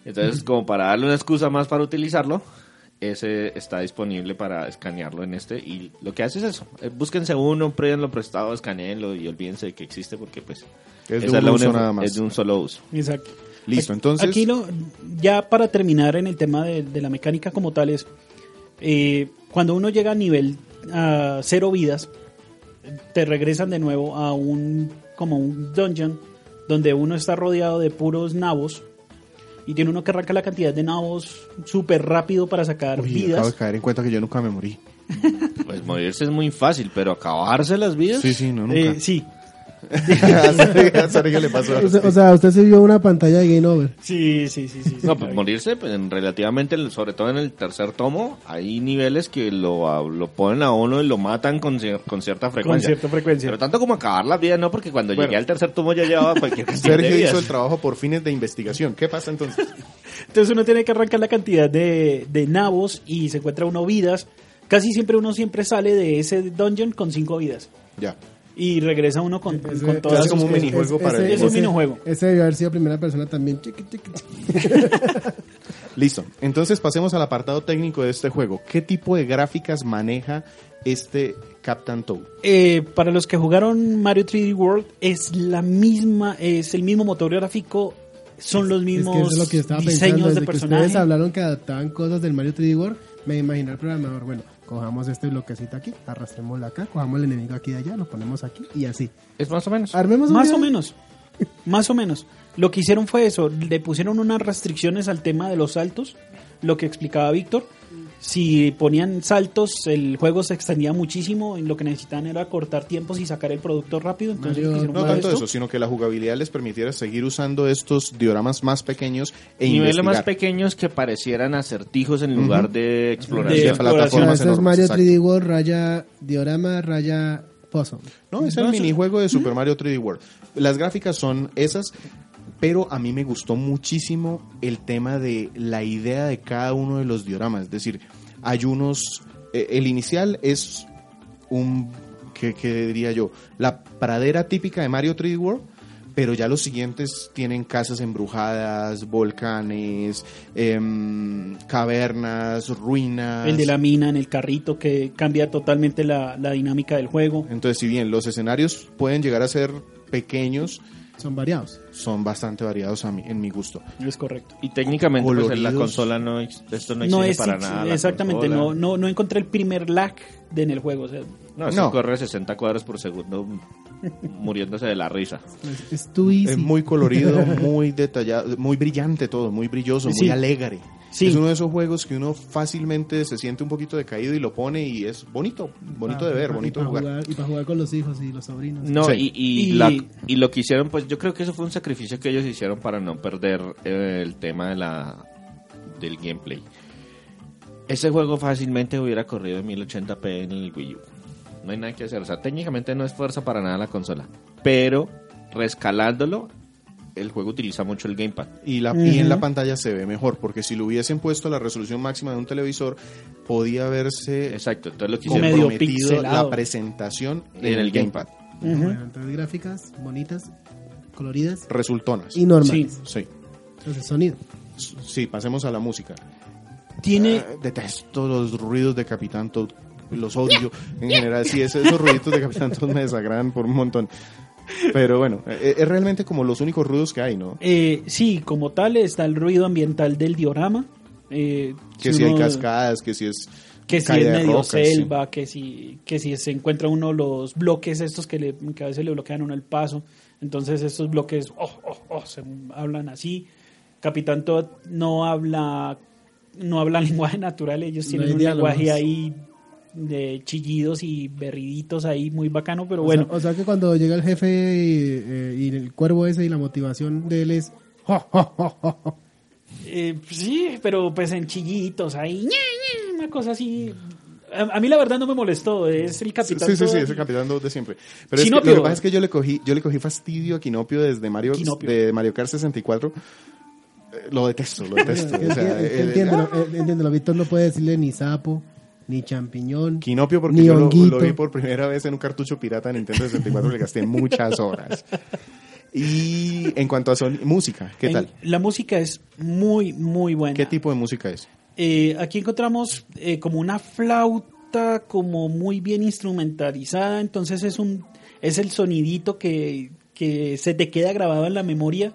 C: Entonces como para darle una excusa más para utilizarlo, ese está disponible para escanearlo en este y lo que hace es eso. Eh, Búsquense uno, prédenlo prestado, escaneenlo y olvídense de que existe porque pues
B: Es de
C: esa
B: un
C: la
B: uso
C: única-
B: nada más.
C: es de un solo uso.
A: Exacto.
B: Listo,
A: Aquí-
B: entonces-
A: Aquí lo, ya para terminar en el tema de, de la mecánica como tal es, eh, cuando uno llega a nivel a cero vidas, te regresan de nuevo a un como un dungeon donde uno está rodeado de puros nabos y tiene uno que arranca la cantidad de nabos súper rápido para sacar
B: Uy, acabo de
A: vidas.
B: caer en cuenta que yo nunca me morí.
C: Pues morirse es muy fácil, pero acabarse las vidas.
B: Sí, sí, no, nunca.
A: Eh, sí,
B: A Sergio- a Sergio le pasó.
D: O sea, o sea, usted se vio una pantalla de Game Over.
A: sí, sí, sí, sí. sí.
C: No, pues morirse, pues, en- relativamente, en- sobre todo en el tercer tomo, hay niveles que lo, a- lo ponen a uno y lo matan con, cier- con cierta
A: con
C: frecuencia.
A: cierta frecuencia.
C: Pero tanto como acabar la vida, no, porque cuando
B: Bueno.
C: llegué al tercer tomo ya llevaba cualquier cantidad de
B: Sergio
C: vidas.
B: hizo el trabajo por fines de investigación. ¿Qué pasa entonces?
A: Entonces uno tiene que arrancar la cantidad de, de nabos y se encuentra uno vidas. Casi siempre uno siempre sale de ese dungeon con cinco vidas.
B: Ya.
A: Y regresa uno con,
D: Ese-
A: con todas
B: es como
A: sus-
B: un minijuego para el
A: Es un minijuego.
D: Ese debió haber sido primera persona también. Chiqui, chiqui, chiqui.
B: Listo. Entonces pasemos al apartado técnico de este juego. ¿Qué tipo de gráficas maneja este Captain Toad?
A: Eh, para los que jugaron Mario 3D World es la misma, es el mismo motor gráfico, son los
D: Es
A: mismos
D: que eso es lo que yo estaba pensando.
A: diseños de
D: Desde que ustedes
A: personajes.
D: hablaron que adaptaban cosas del Mario 3D World, me imaginé al programador, bueno, cojamos este bloquecito aquí, arrastrémoslo acá, cojamos el enemigo aquí de allá, lo ponemos aquí y así.
C: Es más o menos.
D: Armemos un
A: Más
D: día-
A: o menos. Más o menos. Lo que hicieron fue eso. Le pusieron unas restricciones al tema de los saltos. Lo que explicaba Víctor. Si ponían saltos, el juego se extendía muchísimo. Y lo que necesitaban era cortar tiempos y sacar el producto rápido. Entonces
D: Mario-
A: lo que hicieron
B: No
A: fue
B: tanto
A: esto.
B: eso, sino que la jugabilidad les permitiera seguir usando estos dioramas más pequeños e
C: Niveles más
B: investigar.
C: pequeños que parecieran acertijos en lugar de
A: De
C: exploración.
D: O sea,
B: plataformas
D: ese este es
B: enormes,
D: Mario
B: exacto.
D: 3D World, raya diorama, raya puzzle.
B: No, es el minijuego de Super Mario 3D World. Las gráficas son esas, pero a mí me gustó muchísimo el tema de la idea de cada uno de los dioramas. Es decir, hay unos. eh, el inicial es un. ¿Qué, qué diría yo? La pradera típica de Mario 3D World, pero ya los siguientes tienen casas embrujadas, volcanes, em, cavernas, ruinas.
A: El de la mina en el carrito que cambia totalmente la, la dinámica del juego.
B: Entonces, si bien los escenarios pueden llegar a ser pequeños,
D: Son variados.
B: son bastante variados a mi- en mi gusto.
A: Es correcto.
C: Y técnicamente pues, en la
B: Coloridos.
C: consola no ex- esto no
A: No
C: exige
A: es
C: para
A: ex-
C: nada. la
A: exactamente,
C: consola.
A: no, no, no encontré el primer lag de en el juego. o sea,
C: No, eso
B: No.
C: corre 60 cuadros por segundo muriéndose de la risa.
D: Es, es too easy.
B: Es muy colorido, muy detallado, muy brillante todo, muy brilloso,
A: Sí.
B: muy alegre.
A: Sí.
B: Es uno de esos juegos que uno fácilmente se siente un poquito decaído y lo pone y es bonito, bonito
D: Pa-
B: de ver,
D: pa- y
B: bonito de
D: pa'
B: jugar.
D: Y Ah, para jugar con los hijos y los sobrinos.
C: No,
B: Sí.
C: y, y,
A: Y-
C: la- y lo que hicieron, pues yo creo que eso fue un sacrificio que ellos hicieron para no perder eh, el tema de la del gameplay. Ese juego fácilmente hubiera corrido en 1080p en el Wii U. No hay nada que hacer. O sea, técnicamente no esfuerza para nada la consola. Pero, rescalándolo, el juego utiliza mucho el gamepad.
B: y, la, y en la pantalla se ve mejor, porque si lo hubiesen puesto a la resolución máxima de un televisor, podía verse
C: Exacto. Entonces lo que hicieron
A: Medio
B: comprometido
A: pixelado.
B: la presentación en,
C: En el
B: el gamepad.
D: Bueno, entonces gráficas bonitas, coloridas
B: Resultonas.
D: y normales.
B: Sí.
D: Entonces sonido.
B: sí, pasemos a la música.
A: tiene,
B: Ah, detesto los ruidos de Capitán Toad. Los odio en general. Sí, esos, esos ruiditos de Capitán Toad me desagradan por un montón. Pero bueno, eh, es realmente como los únicos ruidos que hay, ¿no?
A: eh, sí, como tal está el ruido ambiental del diorama. eh,
B: Que si hay
A: uno-
B: cascadas, que si es.
A: que si es
B: caída de
A: medio
B: rocas, sí.
A: selva, que si que si se encuentra uno los bloques estos que, le, que a veces le bloquean a uno el paso, entonces estos bloques oh, oh, oh, se hablan así. Capitán Todd no habla no habla lenguaje natural, ellos
D: No
A: tienen
D: hay
A: un
D: diálogos.
A: lenguaje ahí de chillidos y berriditos ahí muy bacano, pero
D: O
A: bueno,
D: sea- o sea que cuando llega el jefe y, eh, y el cuervo ese y la motivación de él es. "Jo, jo, jo, jo, jo".
A: eh, sí, pero pues en chillitos ahí, ña, ña, una cosa así. A, a mí la verdad no me molestó, es el
B: Sí,
A: Capitán
B: sí, sí,
A: Todd.
B: ese Capitán Toad de siempre. Pero es que, lo
A: Quinopio.
B: que pasa es que yo le cogí, yo le cogí fastidio a Quinopio desde Mario,
A: Quinopio.
B: de Mario Kart 64. Eh, Lo detesto, lo detesto. O sea,
D: Entiéndelo,
B: eh,
D: entiéndelo, entiéndelo, Víctor no puede decirle ni sapo, ni champiñón.
B: Quinopio porque
D: ni
B: yo lo, lo
D: honguito.
B: vi por primera vez en un cartucho pirata de Nintendo 64, le gasté muchas horas. Y en cuanto a son música, ¿qué
A: En-
B: tal?
A: La música es muy, muy buena.
B: ¿Qué tipo de música es?
A: Eh, aquí encontramos eh, como una flauta como muy bien instrumentalizada, entonces es un es el sonidito que, que se te queda grabado en la memoria.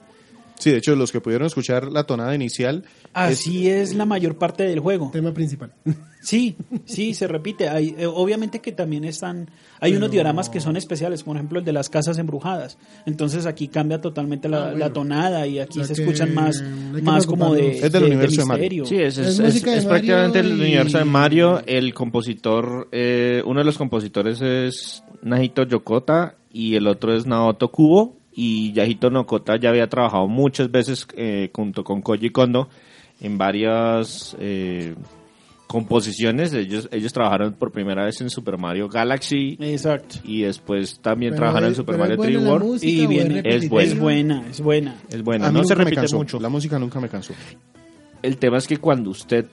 B: Sí, de hecho, los que pudieron escuchar la tonada inicial,
A: Así es, la mayor parte del juego.
D: Tema principal.
A: Sí, sí, se repite. Hay, eh, obviamente que también están, hay unos dioramas que son especiales, por ejemplo el de las casas embrujadas. Entonces aquí cambia totalmente la,
D: Ah, bueno.
A: la tonada y aquí
D: O sea
A: se
D: que
A: escuchan más,
D: hay que
A: más como de,
D: preocuparnos.
B: Es del universo de Mario.
A: misterio.
C: Sí, es,
D: Es
C: es,
D: música
C: es-
D: de
C: es
D: Mario
C: prácticamente el
D: y-
C: universo de Mario. El compositor, eh, uno de los compositores es Najito Yokota y el otro es Naoto Kubo. Y Yajito Nokota ya había trabajado muchas veces eh, junto con Koji Kondo en varias eh, composiciones. Ellos, ellos trabajaron por primera vez en Super Mario Galaxy
A: Exacto.
C: y después también
D: Pero
C: trabajaron en
D: es-
C: Super
D: pero
C: Mario
D: es buena
C: 3D
D: la
C: World.
D: música
A: Y
D: o es
A: viene-
C: es
D: repetitiva.
C: buena.
A: Es buena, es buena.
D: Eh,
C: Es
B: a
C: buena,
B: mí
C: no se
B: nunca me
C: repite
B: cansó.
C: mucho.
B: La música nunca me cansó.
C: El tema es que cuando usted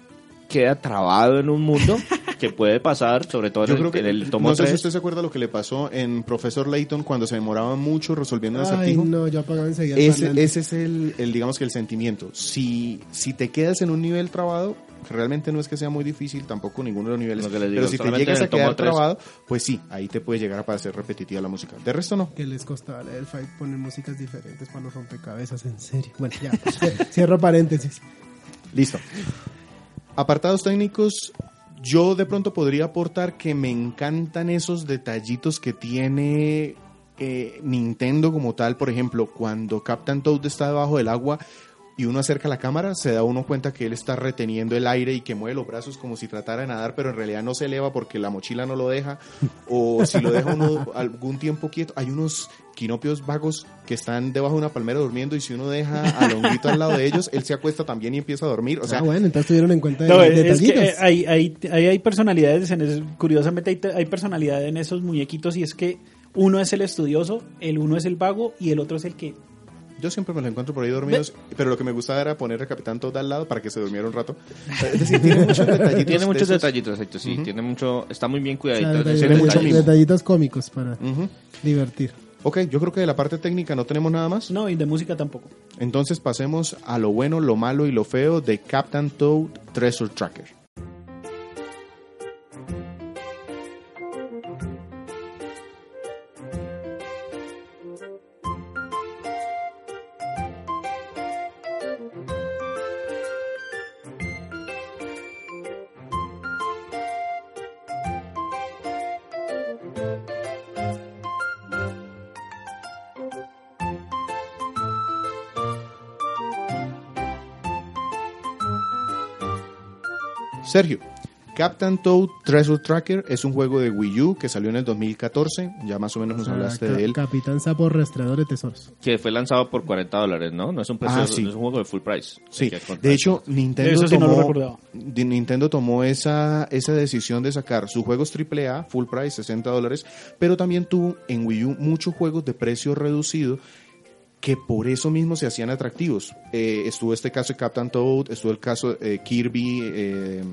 C: queda trabado en un mundo, que puede pasar, sobre todo en
B: Yo
C: el,
B: creo que
C: en el tomo
B: no sé si
C: 3,
B: usted se acuerda lo que le pasó en Profesor Layton cuando se demoraba mucho resolviendo un
D: Ay,
B: acertijo.
D: no, yo apagaba enseguida. el
B: Ese,
D: parlante.
B: ese es el, el, digamos que el sentimiento. Si, si te quedas en un nivel trabado, que realmente no es que sea muy difícil, tampoco ninguno de los niveles.
C: Lo que les digo,
B: pero si te
C: solamente
B: llegas
C: en
B: a
C: el tomo
B: quedar
C: tres.
B: trabado, pues sí, ahí te puede llegar a parecer repetitiva la música. De resto no.
D: Que les costaba leer el fight poner músicas diferentes para los rompecabezas, en serio. Bueno, ya, pues, cier- cierro paréntesis.
B: Listo. Apartados técnicos, yo de pronto podría aportar que me encantan esos detallitos que tiene eh, Nintendo como tal. Por ejemplo, cuando Captain Toad está debajo del agua y uno acerca la cámara, se da uno cuenta que él está reteniendo el aire y que mueve los brazos como si tratara de nadar, pero en realidad no se eleva porque la mochila no lo deja. O si lo deja uno algún tiempo quieto, hay unos quinopios vagos que están debajo de una palmera durmiendo y si uno deja al honguito al lado de ellos, él se acuesta también y empieza a dormir. O sea,
D: ah, bueno, entonces tuvieron en cuenta
A: No,
D: de-
A: es que
D: detallitos.
A: eh, hay, hay, hay, hay personalidades, en es- curiosamente hay, te- hay personalidad en esos muñequitos y es que uno es el estudioso, el uno es el vago y el otro es el que...
B: Yo siempre me los encuentro por ahí dormidos, pero lo que me gustaba era poner al capitán todo al lado para que se durmiera un rato. Es decir, tiene muchos detallitos.
C: tiene
B: de
C: muchos
B: esos.
C: detallitos, exacto, sí, tiene mucho, está muy bien
D: O sea,
C: cuidadito. en
D: detallitos,
C: esos
B: tiene mucho Mm.
C: detalles.
B: mimo.
D: detallitos cómicos para
B: Ujú.
D: divertir.
B: Ok, yo creo que de la parte técnica no tenemos nada más.
A: No, y de música tampoco.
B: Entonces pasemos a lo bueno, lo malo y lo feo de Captain Toad Treasure Tracker. Sergio, Captain Toad Treasure Tracker es un juego de Wii U que salió en el 2014. Ya más o menos nos
D: O sea,
B: hablaste
D: Ah, ca-
B: de él.
D: Capitán Sapo, rastreador de tesoros.
C: Que fue lanzado por 40 dólares, ¿no? No es un precio,
B: Ah, sí.
C: no es un juego de full price. Hay
B: Sí,
C: que comprar.
B: de hecho Nintendo
A: Eso sí no lo
B: tomó,
A: recordaba.
B: Di- Nintendo tomó esa, esa decisión de sacar sus juegos AAA, full price, 60 dólares, pero también tuvo en Wii U muchos juegos de precio reducido que por eso mismo se hacían atractivos. Eh, estuvo este caso de Captain Toad, estuvo el caso de Kirby, eh,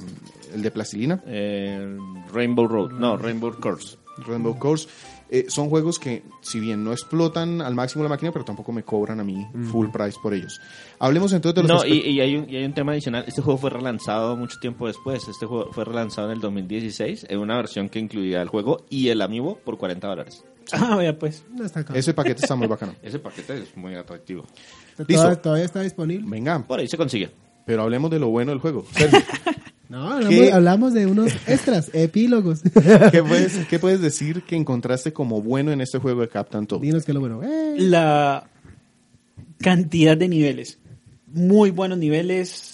B: el de Plastilina,
C: Eh, Rainbow Road, no, Rainbow Curse.
B: Rainbow Course. Eh, son juegos que, si bien no explotan al máximo la máquina, pero tampoco me cobran a mí full price por ellos. Hablemos entonces de los
C: No,
B: aspectos-
C: y, y hay un, y hay un tema adicional. Este juego fue relanzado mucho tiempo después. Este juego fue relanzado en el 2016 en una versión que incluía el juego y el amiibo por 40 dólares.
A: Ah, vea, pues.
D: No está acá.
B: Ese paquete está muy bacano.
C: Ese paquete es muy atractivo.
D: ¿Todavía,
B: listo.
D: todavía está disponible?
B: Venga,
C: Por ahí se consigue.
B: Pero hablemos de lo bueno del juego. Sergio,
D: No,
B: ¿Qué?
D: hablamos, hablamos de unos extras, epílogos.
B: ¿qué, puedes, qué puedes decir que encontraste como bueno en este juego de Captain Toad?
D: Dinos que lo bueno. Eh,
A: La cantidad de niveles. Muy buenos niveles.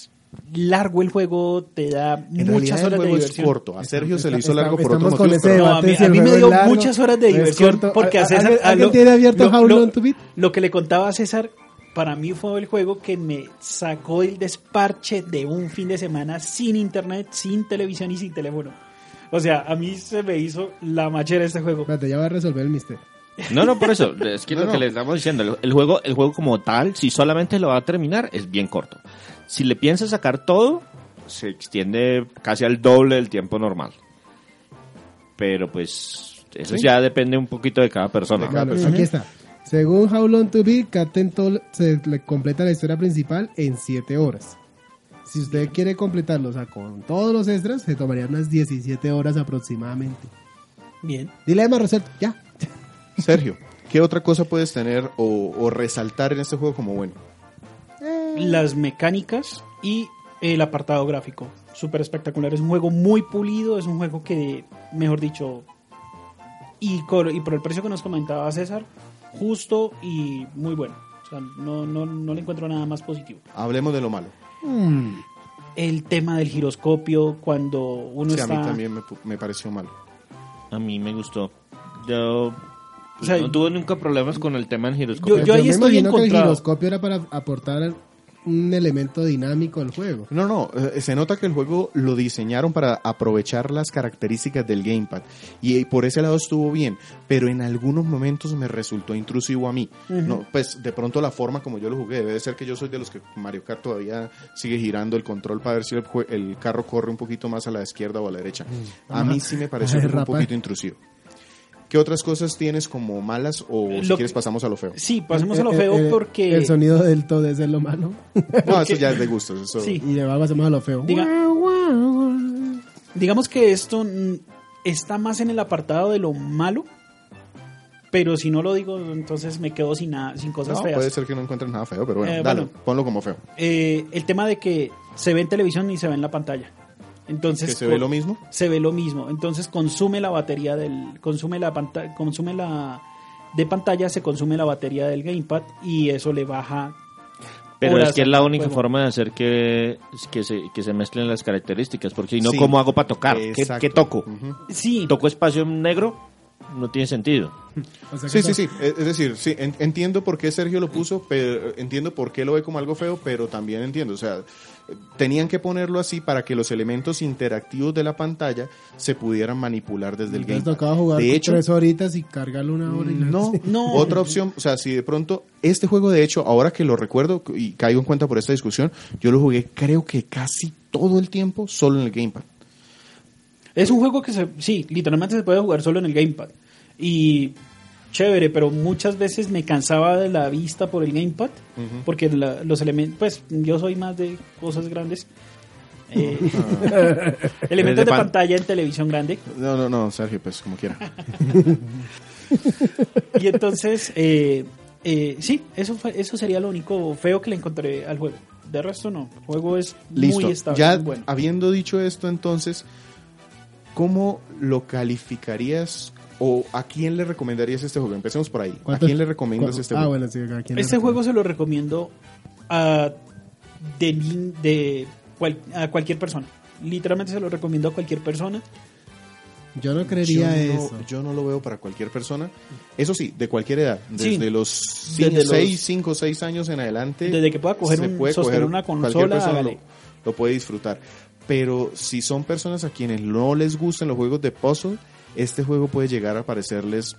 A: Largo el juego, te da
B: En realidad
A: muchas
B: el
A: horas de
B: juego es
A: diversión.
B: corto. A Sergio se le hizo
D: está-
B: largo por otro
D: estamos con
B: motivo.
D: ese
B: pero-
A: No, a
D: debate
A: mí,
D: si
A: a
D: el
A: mí
D: juego
A: me
D: es
A: dio
D: largo,
A: muchas horas de
D: es
A: diversión
D: corto.
A: porque a
D: ¿Al-
A: César...
D: ¿Alguien,
A: a
D: alguien
A: lo-
D: tiene abierto
A: lo-
D: How
A: lo-
D: Long to Beat?
A: Lo que le contaba a César, para mí fue el juego que me sacó el desparche de un fin de semana sin internet, sin televisión y sin teléfono. O sea, a mí se me hizo la machera este juego.
D: Espérate, ya va a resolver el misterio.
C: No, no, por eso. Es que
B: No,
C: lo
B: no.
C: que le estamos diciendo, el- el juego, el juego como tal, si solamente lo va a terminar, es bien corto. Si le piensas sacar todo, se extiende casi al doble del tiempo normal. Pero pues eso
B: Sí.
C: ya depende un poquito de cada persona.
B: De cada persona.
D: Aquí está. Según How Long to Beat, Captain Toll se le completa la historia principal en 7 horas. Si usted quiere completarlo, o sea, con todos los extras, se tomaría unas 17 horas aproximadamente.
A: Bien.
D: Dilema, Roselto, ya.
B: Sergio, ¿qué otra cosa puedes tener o, o resaltar en este juego como bueno?
A: Las mecánicas y el apartado gráfico. Súper espectacular. Es un juego muy pulido. Es un juego que, mejor dicho, y, col- y por el precio que nos comentaba César, justo y muy bueno. O sea, no, no, no le encuentro nada más positivo.
B: Hablemos de lo malo. Hmm.
A: el tema del giroscopio cuando uno
B: Sí, a
A: está
B: mí también me, pu- me pareció malo.
C: A mí me gustó. Yo pues,
A: O sea,
C: no tuve nunca problemas con el tema del giroscopio.
A: Yo- yo ahí
D: me
A: estoy
D: imagino que el
A: encontrado.
D: giroscopio era para aportar un elemento dinámico al juego.
B: No, no, eh, se nota que el juego lo diseñaron para aprovechar las características del gamepad y eh, por ese lado estuvo bien, pero en algunos momentos me resultó intrusivo a mí. No, pues de pronto la forma como yo lo jugué, debe ser que yo soy de los que Mario Kart todavía sigue girando el control para ver si el, jue- el carro corre un poquito más a la izquierda o a la derecha.
A: Mm.
B: A mí sí me pareció
D: Ay,
B: que fue un
D: rapaz.
B: poquito intrusivo. ¿Qué otras cosas tienes como malas o si
A: Eh, Lo-
B: quieres pasamos a lo feo?
A: sí pasemos a lo
D: Eh,
A: feo
D: eh,
A: porque
D: El sonido del todo es lo malo.
B: No, eso ya es de gustos. Eso...
A: Sí.
D: y luego pasamos a lo feo.
A: diga- digamos que esto mm, está más en el apartado de lo malo pero si no lo digo entonces me quedo sin nada sin cosas
B: No,
A: feas
B: puede ser que no encuentres nada feo, pero bueno,
A: Eh,
B: dale,
A: bueno.
B: ponlo como feo.
A: Eh, el tema de que se ve en televisión y se ve en la pantalla entonces
B: que se ve
A: con-
B: lo mismo.
A: se ve lo mismo entonces consume la batería del consume la pantalla consume la de pantalla se consume la batería del gamepad y eso le baja
C: Pero
A: horas
C: es que es la
A: al
C: única
A: juego.
C: forma de hacer que, que, se, que se mezclen las características. Porque si no,
B: Sí.
C: ¿cómo hago para tocar? ¿Qué,
B: Exacto.
C: qué toco?
B: Ujú.
A: sí
C: ¿Toco espacio en negro? No tiene sentido.
D: O sea que
B: Sí, sí,
D: son-
B: sí. e, Es es decir, sí, en- entiendo por qué Sergio lo puso, pero entiendo por qué lo ve como algo feo, pero también entiendo. O sea, tenían que ponerlo así para que los elementos interactivos de la pantalla se pudieran manipular desde el
D: Entonces
B: game.
D: tocaba jugar
B: de hecho, mm,
D: tres horitas y cargarlo una hora y la-
B: No,
A: No.
B: Otra opción, o sea, si de pronto este juego, de hecho, ahora que lo recuerdo y caigo en cuenta por esta discusión, yo lo jugué creo que casi todo el tiempo solo en el gamepad.
A: Es un juego que se, sí, literalmente se puede jugar solo en el gamepad. Y chévere, pero muchas veces me cansaba de la vista por el gamepad, porque la- los elementos, pues yo soy más de cosas grandes. Eh, elementos
B: Desde
A: de
B: pan-
A: pantalla en televisión grande.
B: Ah, No, no, no, Sergio, pues como quiera.
A: Y entonces, eh, eh, sí, eso, fue- eso sería lo único feo que le encontré al juego. De resto, no. El juego es
B: Listo.
A: muy estable.
B: ya
A: muy bueno.
B: habiendo dicho esto, entonces, ¿cómo lo calificarías o a quién le recomendarías este juego? Empecemos por ahí. ¿A
D: ¿Cuántos-
B: quién le recomiendas
D: cua-
B: este
D: Ah,
B: juego?
D: bueno, sí, ¿a quién le
A: Este juego
D: recomiendas?
A: se lo recomiendo a, de, lin- de cual- a cualquier persona. Literalmente se lo recomiendo a cualquier persona.
D: Yo no
B: Yo
D: creería eso.
B: no, yo no lo veo para cualquier persona. Eso sí, de cualquier edad.
A: Sí.
B: Desde los
A: Desde los-
B: 6, 5, 6 años en adelante.
A: Desde que pueda coger
B: se
A: un-
B: puede
A: sostener
B: coger
A: una
B: cualquier
A: consola,
B: persona
A: hágale.
B: lo, lo puede disfrutar. Pero si son personas a quienes no les gustan los juegos de puzzle, este juego puede llegar a parecerles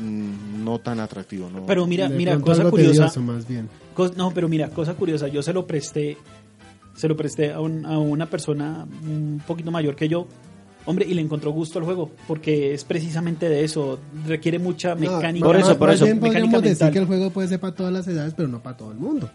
B: mm, no tan atractivo. ¿no?
A: Pero mira,
D: De
A: mira,
D: pronto
A: cosa
D: algo
A: curiosa.
D: tedioso, más bien.
A: cos- no, pero mira, cosa curiosa. Yo se lo presté, se lo presté a, un- a una persona un poquito mayor que yo. Hombre, y le encontró gusto al juego, porque es precisamente de eso. Requiere mucha mecánica.
C: por eso,
D: más-
C: por
D: más
C: eso.
D: bien
A: mecánica
D: podríamos decir
A: mental.
D: que el juego puede ser para todas las edades, pero no para todo el mundo.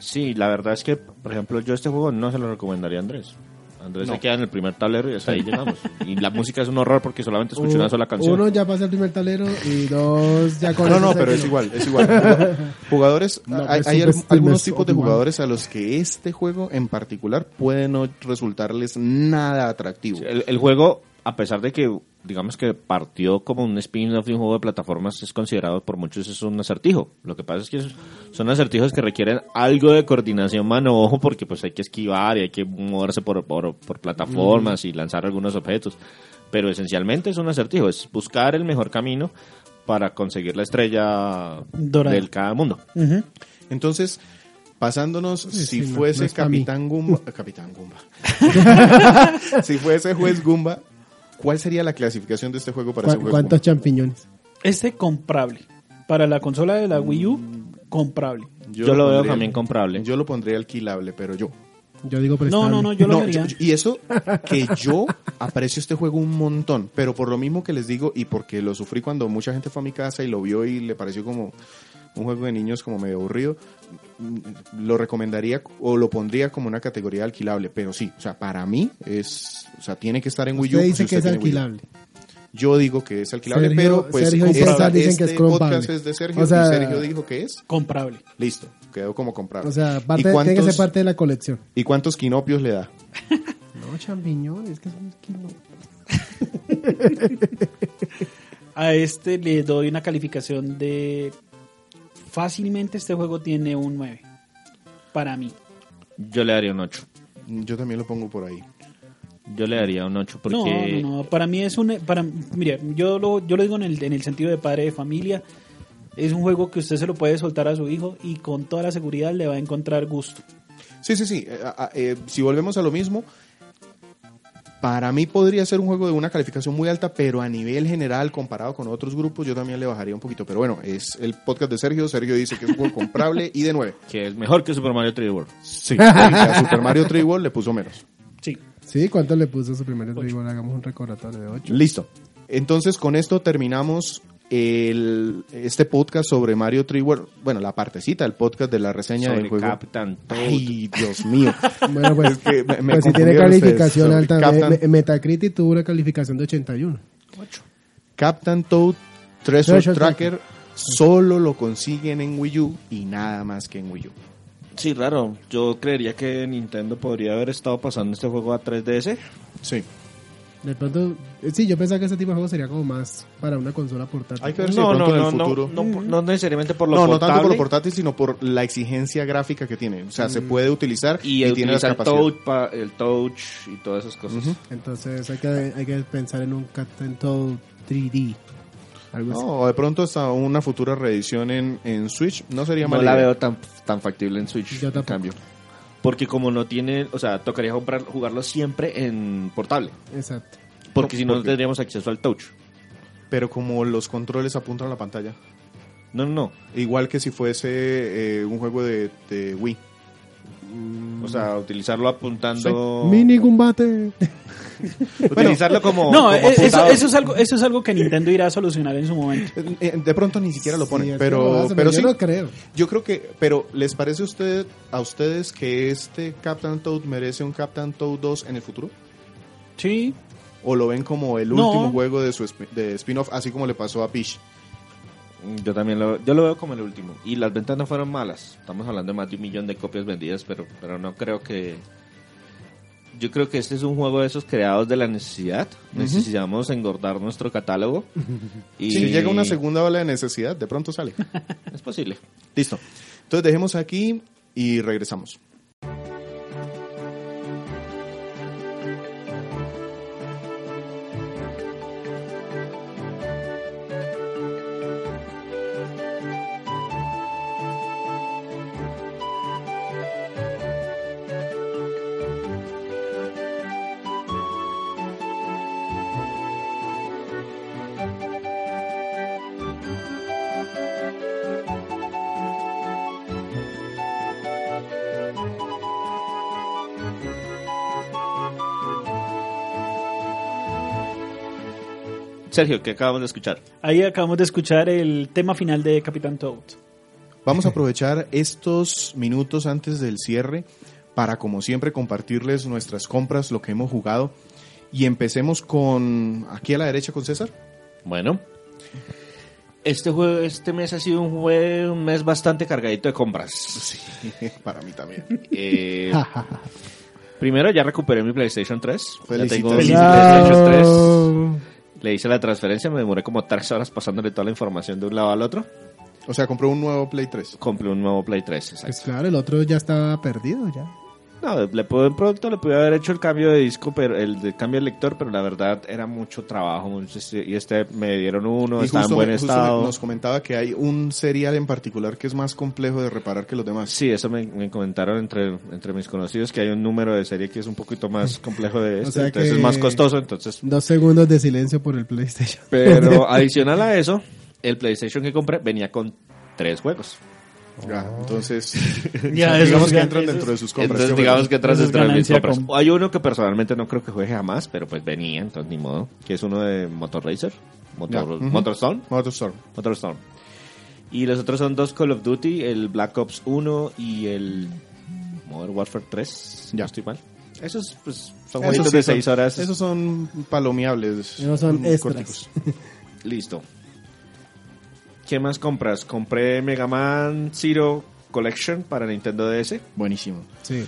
C: Sí, la verdad es que, por ejemplo, yo este juego no se lo recomendaría a Andrés. Andrés
B: No.
C: se queda en el primer tablero y hasta ahí llegamos. Y la música es un horror porque solamente escuché una sola canción.
D: Uno ya pasa el primer talero y dos ya
B: No,
D: conoces
B: no,
D: el
B: pero es
D: que-
B: igual, es igual. Jugadores,
D: No,
B: hay,
D: pues,
B: hay
D: subestimes
B: algunos tipos de
D: Obi-Wan.
B: jugadores a los que este juego en particular puede no resultarles nada atractivo.
C: Sí, El, el juego, a pesar de que, digamos que partió como un spin-off de un juego de plataformas, es considerado por muchos es un acertijo. Lo que pasa es que es- son acertijos que requieren algo de coordinación mano-ojo porque pues hay que esquivar y hay que moverse por, por, por plataformas y lanzar algunos objetos. Pero esencialmente es un acertijo, es buscar el mejor camino para conseguir la estrella
A: Dorada.
C: del cada mundo.
A: Ujú.
B: Entonces, pasándonos,
D: Sí,
B: si
D: sí, no,
B: fuese
D: no es pa'
B: Capitán Gumba, Capitán Gumba, si fuese juez Gumba, ¿cuál sería la clasificación de este juego para
D: ¿Cuá-
B: ese juez
D: ¿Cuántos champiñones?
A: Este comprable. Para la consola de la Wii U, comprable.
B: Gumba?
C: Yo, lo veo
B: pondría-
C: también comprable.
B: Yo lo pondría alquilable, pero yo.
D: Yo digo
A: No,
D: prestable.
A: no, no, yo lo
B: No,
A: vería.
B: yo- y eso que yo aprecio este juego un montón, pero por lo mismo que les digo y porque lo sufrí cuando mucha gente fue a mi casa y lo vio y le pareció como un juego de niños como medio aburrido, mm, lo recomendaría o lo pondría como una categoría alquilable, pero sí, o sea, para mí es, o sea, tiene que estar en Wii U. pues,
D: Usted dice
B: si
D: que es
B: tiene Wii U.
D: alquilable.
B: Yo digo que es alquilable,
D: Sergio-
B: pero pues
D: Sergio y
B: esta-
D: César dicen que
B: este
D: es comprable.
B: podcast es de Sergio
D: O sea-
B: y Sergio dijo que es.
A: Comprable.
B: Listo, quedó como comprado.
D: O sea, parte-
B: ¿Y
D: tiene que ser
B: cuántos,
D: parte de la colección.
B: ¿Y cuántos quinopios le da?
D: No, champiñones, que son
A: A este le doy una calificación de... Fácilmente este juego tiene un 9. Para mí.
C: Yo le daría un 8.
B: Yo también lo pongo por ahí.
C: Yo le daría un 8 porque...
A: No, no, no. Para mí es un... Para, mire, yo lo, yo lo digo en el, en el sentido de padre de familia. Es un juego que usted se lo puede soltar a su hijo y con toda la seguridad le va a encontrar gusto.
B: Sí, sí, sí. Eh, a- a- eh, si volvemos a lo mismo, para mí podría ser un juego de una calificación muy alta, pero a nivel general, comparado con otros grupos, yo también le bajaría un poquito. Pero bueno, es el podcast de Sergio. Sergio dice que es un juego comprable y de nueve.
C: que es mejor que Super Mario 3D World.
B: Sí. Y a Super Mario 3D World le puso menos.
A: Sí.
D: Sí, ¿cuánto le puso su primer igual Hagamos un recordatorio de 8.
B: Listo. Entonces, con esto terminamos el, este podcast sobre Mario 3D World. Bueno, la partecita del podcast de la reseña
C: Sobre
B: del juego.
C: Captain Toad.
B: Ay, Dios mío.
D: Bueno, pues,
B: Es que me- me
D: pues si tiene
B: confundieron
D: calificación
B: ustedes.
D: alta.
B: Captain-
D: Me- me- Metacritic tuvo una calificación de 81.
B: Captain Toad Treasure,
D: Treasure
B: Tracker solo lo consiguen en Wii U y nada más que en Wii U.
C: Sí, raro. Yo creería que Nintendo podría haber estado pasando este juego a 3DS.
B: Sí.
D: De pronto, eh, sí, yo pensaba que este tipo de juego sería como más para una consola portátil.
B: Hay que ver si de pronto en el futuro.
C: No, no, no necesariamente por lo
B: No, no
C: portable
B: tanto por lo portátil, sino por la exigencia gráfica que tiene. O sea, se puede utilizar
C: y,
B: y, tiene las
C: utilizar el
B: capacidades.
C: touch, pa- el touch y todas esas cosas.
D: Entonces hay que, hay que pensar en un Captain Toad 3D. Algo así.
B: No, o de pronto hasta una futura reedición en, en Switch no sería
C: No
B: mala
C: la
B: idea.
C: veo tan, tan factible en Switch,
D: Yo
C: en
D: tampoco.
C: cambio. Porque como no tiene, o sea, tocaría comprar, jugarlo siempre en portable.
D: Exacto.
C: Porque
B: No,
C: si no, no
B: porque-
C: tendríamos acceso al touch.
B: Pero como los controles apuntan a la pantalla.
C: No, no,
B: Igual que si fuese eh, un juego de, de Wii. Mm.
C: no. O sea, utilizarlo apuntando.
D: Mini Gumbate.
C: Utilizarlo como,
A: No,
B: e-,
C: como
A: eh, eso,
C: apuntador.
A: eso es algo, eso es algo que Nintendo irá a solucionar en su momento.
B: Eh, eh, De pronto ni siquiera lo ponen,
D: Sí, es que lo
B: pero,
D: hacen,
B: pero
D: yo
B: sí.
D: no creo.
B: Yo creo que, pero ¿les parece a, usted, a ustedes que este Captain Toad merece un Captain Toad 2 en el futuro?
A: Sí,
B: ¿O lo ven como el
A: No.
B: último juego de su esp- de spin-off, así como le pasó a Peach?
C: Yo también lo, yo lo veo como el último. Y las ventas no fueron malas. Estamos hablando de más de un millón de copias vendidas, pero, pero no creo que... Yo creo que este es un juego de esos creados de la necesidad. Necesitamos engordar nuestro catálogo. y
B: Si llega una segunda ola de necesidad, de pronto sale.
C: Es posible.
B: Listo. Entonces dejemos aquí y regresamos.
C: Sergio, ¿qué acabamos de escuchar?
A: ahí acabamos de escuchar el tema final de Capitán Toad.
B: Vamos a aprovechar estos minutos antes del cierre para, como siempre, compartirles nuestras compras, lo que hemos jugado. Y empecemos con aquí a la derecha con César.
C: Bueno. Este, juego, este mes ha sido un, jue- un mes bastante cargadito de compras.
B: Para mí también.
C: Eh, primero ya recuperé mi PlayStation 3. Ya tengo mi
B: Felicidades.
C: PlayStation 3. Le hice la transferencia, me demoré como tres horas pasándole toda la información de un lado al otro.
B: O sea, compró un nuevo Play 3.
C: Compré un nuevo Play 3. exacto.
D: Pues claro, el otro ya estaba perdido ya.
C: No, le pude, en producto le pude haber hecho el cambio de disco, pero el de cambio de lector, pero la verdad era mucho trabajo. mucho- y este me dieron uno,
B: Y
C: estaba en
B: justo
C: buen
B: me- justo me-
C: estado.
B: nos comentaba que hay un serial en particular que es más complejo de reparar que los demás.
C: Sí, eso me, me comentaron entre, entre mis conocidos que hay un número de serie que es un poquito más complejo de
D: O
C: este,
D: sea
C: entonces
D: que-
C: es más costoso, entonces.
D: Dos segundos de silencio por el PlayStation.
C: Pero adicional a eso, el PlayStation que compré venía con tres juegos.
D: Ah.
B: Ya, entonces,
A: Ya, esos
B: digamos que
A: gan-
B: entran
A: esos-
B: dentro de sus compras.
C: Entonces
B: Qué
C: digamos
B: bueno.
C: que tras
A: Eso es
C: de mis
A: ganancia
C: compras.
A: con-
C: Hay uno que personalmente no creo que juegue jamás, pero pues venía, entonces ni modo, que es uno de Motor Racer, Motor,
B: Ya, ujú.
C: Motorstorm,
B: MotorStorm.
C: Motorstorm. Y los otros son dos Call of Duty, el Black Ops 1 y el Modern Warfare 3, si
B: Ya.
C: no estoy mal. Esos pues
B: Esos
C: son jueguitos
B: sí
C: de
B: son-
C: 6 horas.
B: Esos son palomeables.
D: Esos son extras.
C: Listo. ¿Qué más compras? Compré Mega Man Zero Collection para Nintendo DS.
B: Buenísimo.
D: Sí.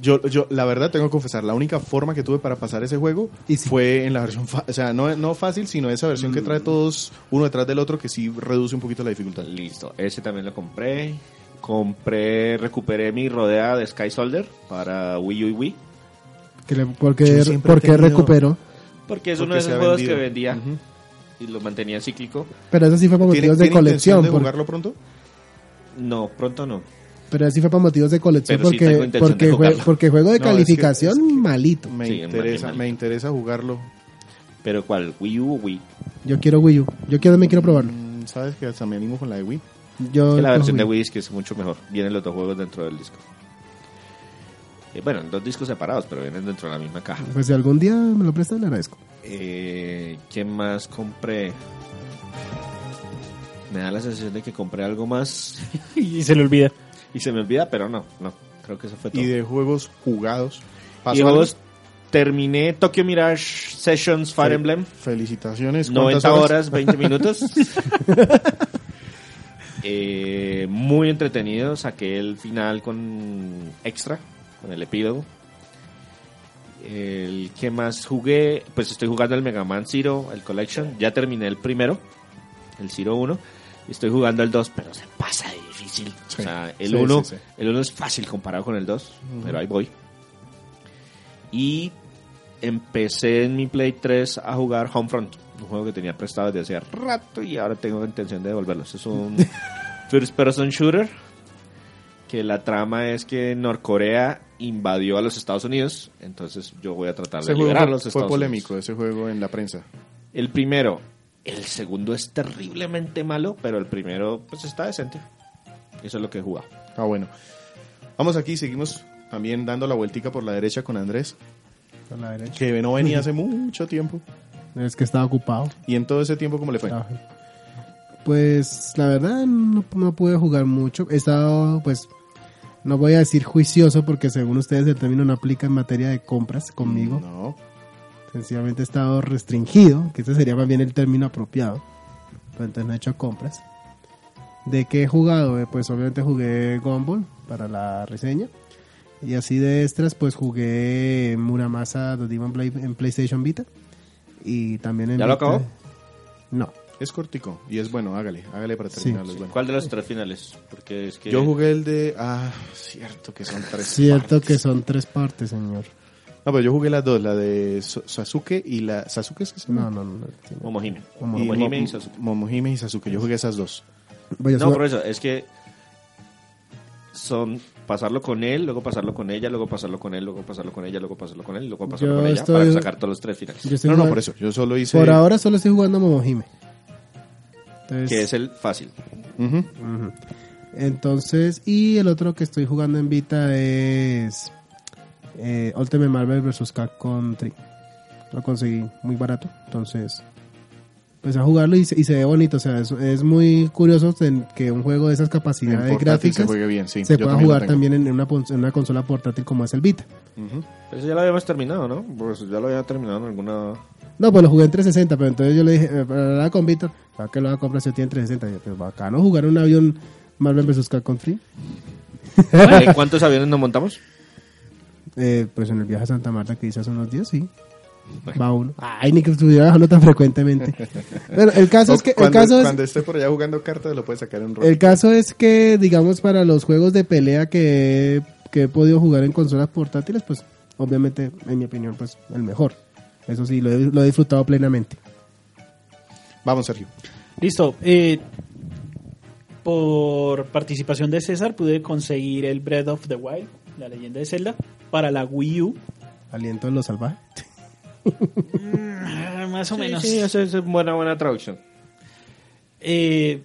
B: Yo, yo, la verdad, tengo que confesar, la única forma que tuve para pasar ese juego
D: Y sí.
B: fue en la versión, fa- o sea, no, no fácil, sino esa versión
C: Mm.
B: que trae todos uno detrás del otro que sí reduce un poquito la dificultad.
C: Listo, ese también lo compré. Compré, recuperé mi rodea de Sky Soldier para Wii U y Wii.
D: Que le-
B: Yo
D: porque
B: siempre he
D: porque
B: tenido-
D: recuperó.
C: Porque es
B: Porque
C: uno de
B: se
C: esos
B: ha
C: juegos
B: vendido.
C: que vendía
B: Ujú.
C: y lo mantenía cíclico.
D: Pero eso sí fue para
B: ¿Tiene,
D: motivos de
B: tiene intención
D: colección.
B: de
D: por-
B: jugarlo pronto?
C: No, pronto no.
D: pero eso sí fue para motivos de colección
C: Pero sí tengo
D: porque,
C: intención de
D: porque, jue-
C: jugarlo.
D: porque juego de
B: No, es que-
D: calificación
B: es que-
D: malito.
B: Me
C: Sí,
B: interesa,
C: mal-
B: me interesa jugarlo.
C: Pero ¿cuál? Wii U o Wii.
D: Yo quiero Wii U. Yo quiero, me quiero probarlo.
B: Mm, Sabes que hasta me animo con la de Wii.
D: Yo
C: Que la
D: con
C: versión de Wii es que es mucho mejor. Vienen los dos juegos dentro del disco. Eh, bueno, dos discos separados, pero vienen dentro de la misma caja.
D: Pues si algún día me lo prestan, le agradezco.
C: Eh, ¿Qué más compré? Me da la sensación de que compré algo más
A: Y se le olvida.
C: y se me olvida, pero no, no. Creo que eso fue todo.
B: Y de juegos jugados.
C: Y
B: ¿Pasó algo?
C: juegos, terminé Tokyo Mirage Sessions Fire
B: Fel-
C: Emblem.
B: Felicitaciones. ¿Cuántas
C: 90 horas, 20 minutos. Eh, muy entretenido. Saqué el final con extra, con el epílogo. El que más jugué, pues estoy jugando el Mega Man Zero, el Collection. Ya terminé el primero, el Zero 1. Y estoy jugando el 2, pero se pasa de difícil.
B: Sí,
C: o sea,
B: sí,
C: el 1
B: sí, sí.
C: el uno es fácil comparado con el 2, pero ahí voy. Y empecé en mi Play 3 a jugar Homefront, un juego que tenía prestado desde hace rato y ahora tengo la intención de devolverlo. Es un first person shooter que la trama es que Norcorea invadió a los Estados Unidos, entonces yo voy a tratar
B: Ese
C: de
B: juego
C: liberar a
B: fue,
C: los
B: fue
C: Estados
B: polémico,
C: Unidos.
B: ese juego en la prensa.
C: El primero, el segundo es terriblemente malo, pero el primero pues está decente. Eso es lo que he jugado.
B: Ah, bueno. Vamos aquí, seguimos también dando la vueltica por la derecha con Andrés.
D: a la derecha.
B: Que no venía hace mucho tiempo.
D: Es que estaba ocupado.
B: Y en todo ese tiempo, ¿cómo le fue?
D: Ajá. Ah. Pues la verdad no, no pude jugar mucho. He estado, pues, no voy a decir juicioso porque según ustedes el término no aplica en materia de compras conmigo.
B: Mm, No.
D: Sencillamente he estado restringido, que ese sería más bien el término apropiado. Pero entonces no he hecho compras. ¿De qué he jugado? Eh, Pues obviamente jugué Gumball para la reseña. Y así de extras, pues jugué Muramasa The Demon Blade en PlayStation Vita. Y también en
C: ¿Ya lo
D: Vita-
C: acabó?
D: No.
B: Es cortico y es bueno, hágale, hágale para
D: Sí.
B: terminarlo. es bueno.
C: ¿Cuál de los tres finales? Porque es que
B: Yo jugué el de. Ah, cierto que son tres.
D: Cierto
B: partes.
D: que son tres partes, señor.
B: No, pero yo jugué las dos, la de Sa- Sasuke y la. ¿Sasuke es que se
D: No,
B: llama?
D: no, no. no, sí, no.
C: Momohime.
D: Momo-
B: Y
C: Momohime
B: Mo-
C: y Sasuke.
B: Momohime y Sasuke. Yo jugué esas dos.
D: Voy a
C: No,
D: jugar-
C: por eso, es que son pasarlo con él, luego pasarlo con ella, luego pasarlo con él, luego pasarlo con ella, luego pasarlo con él, luego pasarlo
D: Yo
C: con ella,
D: estoy-
C: para sacar todos los tres finales.
D: yo estoy
B: No, no,
D: jugando-
B: por eso. Yo solo hice.
D: Pues Por ahora solo estoy jugando a Momohime. Entonces,
C: Que es el fácil.
B: Ujú.
D: ujú. Entonces, y el otro que estoy jugando en Vita es eh, Ultimate Marvel vs. Capcom 3. Lo conseguí muy barato, entonces empecé a jugarlo y se, y se ve bonito. O sea, es, es muy curioso ten- que un juego de esas
B: En
D: capacidades
B: portátil se
D: gráficas
B: juegue bien, sí.
D: se
B: yo
D: pueda
B: también lo
D: jugar
B: tengo.
D: también en una, pon- en una consola portátil como es el Vita.
B: Ujú.
C: Pero eso ya lo habíamos terminado, ¿no? Pues ya lo había terminado en alguna...
D: No, pues lo jugué en 360, pero entonces yo le dije, eh, para hablar con Víctor, ¿para qué lo va a comprar si lo tiene en 360? Y yo, pues bacano jugar un avión Marvel vs. Capcom 3.
C: ¿En ¿Cuántos aviones nos montamos?
D: Eh, pues en el viaje a Santa Marta que hice hace unos días, sí. Va uno. Ay, ni que estuviera bajando tan frecuentemente. Bueno, el caso es que, el
B: cuando,
D: caso es,
B: cuando esté por allá jugando cartas, lo puedes sacar en rol.
D: el caso es que, digamos, para los juegos de pelea que, que he podido jugar en consolas portátiles, pues obviamente, en mi opinión, pues el mejor. Eso sí, lo he- lo he disfrutado plenamente.
B: Vamos, Sergio.
A: Listo. eh, por participación de César pude conseguir el Breath of the Wild, la leyenda de Zelda, para la Wii U.
D: Aliento en lo salvaje.
A: Ah, Más o
C: Sí,
A: menos.
C: Sí, esa es buena, buena traducción.
A: Eh,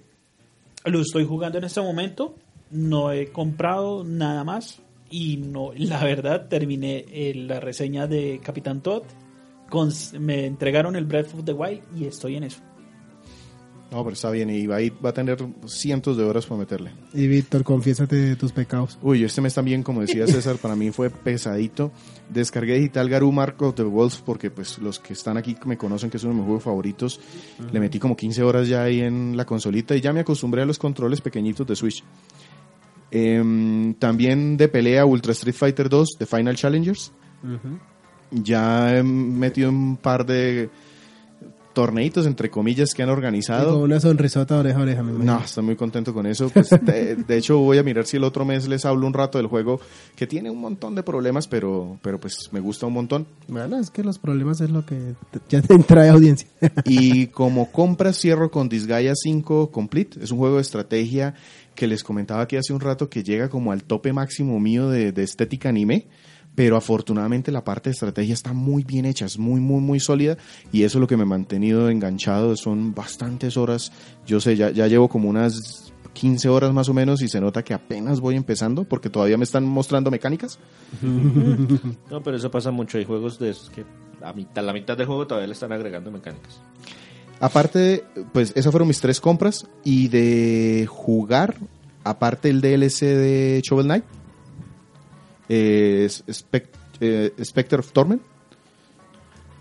A: lo estoy jugando en este momento. No he comprado nada más. Y no, la verdad, terminé eh, la reseña de Capitán Todd. con- me entregaron el Breath of the Wild y estoy en eso.
B: No, pero está bien. Y va, ahí va a tener cientos de horas para meterle.
D: Y Víctor, confiésate de tus pecados.
B: Uy, este mes también, como decía César, para mí fue pesadito. Descargué digital Garú Marco de Wolf porque pues los que están aquí me conocen que es uno de mis juegos favoritos. Le metí como 15 horas ya ahí en la consolita y ya me acostumbré a los controles pequeñitos de Switch. Em, también de pelea Ultra Street Fighter 2 de Final Challengers. Ya he metido un par de torneitos, entre comillas, que han
D: Y
B: organizado.
D: con una sonrisota oreja a oreja, me imagino.
B: No, estoy muy contento con eso. Pues, de, de hecho, voy a mirar si el otro mes les hablo un rato del juego, que tiene un montón de problemas, pero, pero pues me gusta un montón.
D: Bueno, es que los problemas es lo que te- ya te trae audiencia.
B: Y como compra, cierro con Disgaea 5 Complete. Es un juego de estrategia que les comentaba aquí hace un rato que llega como al tope máximo mío de, de estética anime. Pero afortunadamente la parte de estrategia está muy bien hecha, es muy, muy, muy sólida. Y eso es lo que me ha mantenido enganchado. Son bastantes horas. Yo sé, ya, ya llevo como unas 15 horas más o menos y se nota que apenas voy empezando porque todavía me están mostrando mecánicas.
C: No, pero eso pasa mucho. Hay juegos de esos que a mitad, la mitad del juego todavía le están agregando mecánicas.
B: Aparte, de- pues esas fueron mis tres compras. Y de jugar, aparte el DLC de Shovel Knight, eh, Spec- eh, Spectre of Torment.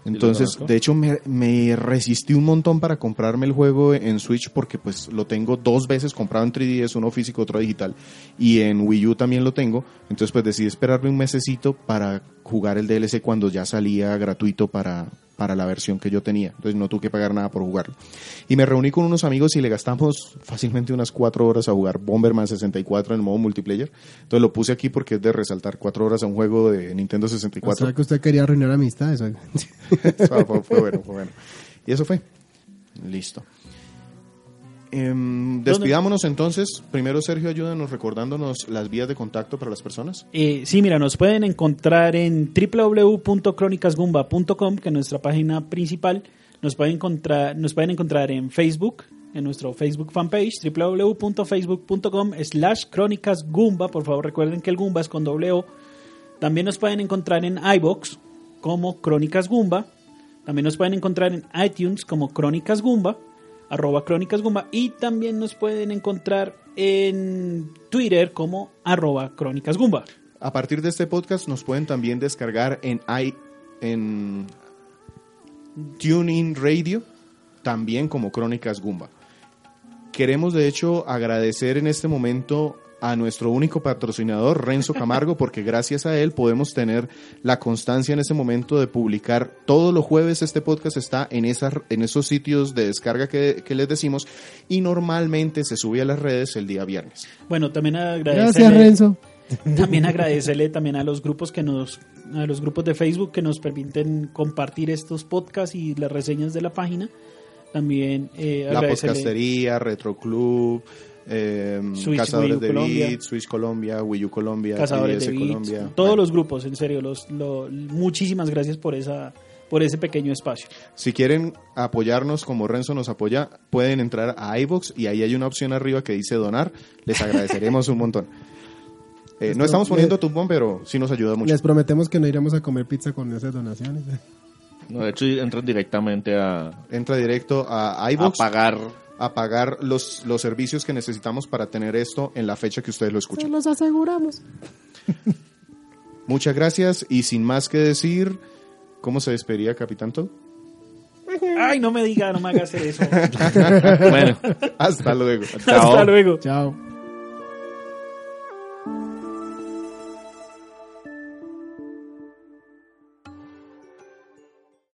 B: Entonces,
C: conozco?
B: de hecho, me, me resistí un montón para comprarme el juego en Switch porque pues lo tengo dos veces comprado en 3DS, uno físico, otro digital. Y en Wii U también lo tengo. Entonces, pues decidí esperarme un mesecito para jugar el DLC cuando ya salía gratuito para, para la versión que yo tenía. Entonces, no tuve que pagar nada por jugarlo. Y me reuní con unos amigos y le gastamos fácilmente unas cuatro horas a jugar Bomberman 64 en modo multiplayer. Entonces, lo puse aquí porque es de resaltar cuatro horas a un juego de Nintendo
D: O
B: 64.
D: sea que usted quería arruinar amistades. oiga.
B: Ah, Fue- fue, fue bueno, fue bueno. Y eso fue. Listo. Em, despidámonos entonces. Primero, Sergio, ayúdanos recordándonos las vías de contacto para las personas.
A: Eh, sí, mira, nos pueden encontrar en www.cronicasgumba.com, que es nuestra página principal. Nos pueden encontrar, nos pueden encontrar en Facebook, en nuestro Facebook fanpage, www.facebook.com slash crónicasgumba. Por favor, recuerden que el Gumba es con doble O. También nos pueden encontrar en iBox, como Crónicas Goomba. También nos pueden encontrar en iTunes como Crónicas Goomba, arroba Crónicas Goomba. Y también nos pueden encontrar en Twitter como arroba Crónicas Goomba.
B: A partir de este podcast nos pueden también descargar en, i, en TuneIn Radio, también como Crónicas Gumba. Queremos de hecho agradecer en este momento a nuestro único patrocinador, Renzo Camargo, porque gracias a él podemos tener la constancia en este momento de publicar todos los jueves este podcast está en, esas, en esos sitios de descarga que, que les decimos y normalmente se sube a las redes el día viernes.
A: Bueno, también agradecerle,
D: Gracias, Renzo.
A: también agradecerle también a los grupos que nos a los grupos de Facebook que nos permiten compartir estos podcasts y las reseñas de la página. También eh,
B: La
A: agradecerle-
B: podcastería, Retro Club, eh,
A: Switch
B: Cazadores
A: Wii U
B: de
A: Colombia.
B: Beats, Switch Colombia, Wii U Colombia,
A: Cazadores de
B: TDS
A: Beats,
B: Colombia.
A: todos
B: Bueno,
A: los grupos, en serio, los, lo- muchísimas gracias por esa por ese pequeño espacio.
B: Si quieren apoyarnos como Renzo nos apoya, pueden entrar a iBox y ahí hay una opción arriba que dice donar. Les agradeceremos un montón. Eh, no
D: Esto-
B: estamos poniendo
D: le-
B: tumbón, pero sí nos ayuda mucho.
D: Les prometemos que no iremos a comer pizza con esas donaciones.
C: No, de hecho, entran directamente a,
B: Entra directo a
C: a
B: iBox a,
C: pagar.
B: pagar los, los servicios que necesitamos para tener esto en la fecha que ustedes lo escuchan.
D: los aseguramos.
B: Muchas gracias y sin más que decir, ¿cómo se despedía Capitán Toad?
A: Ay, no me diga, no me haga hacer eso.
C: Bueno,
B: Hasta luego.
A: Hasta luego.
D: Chao.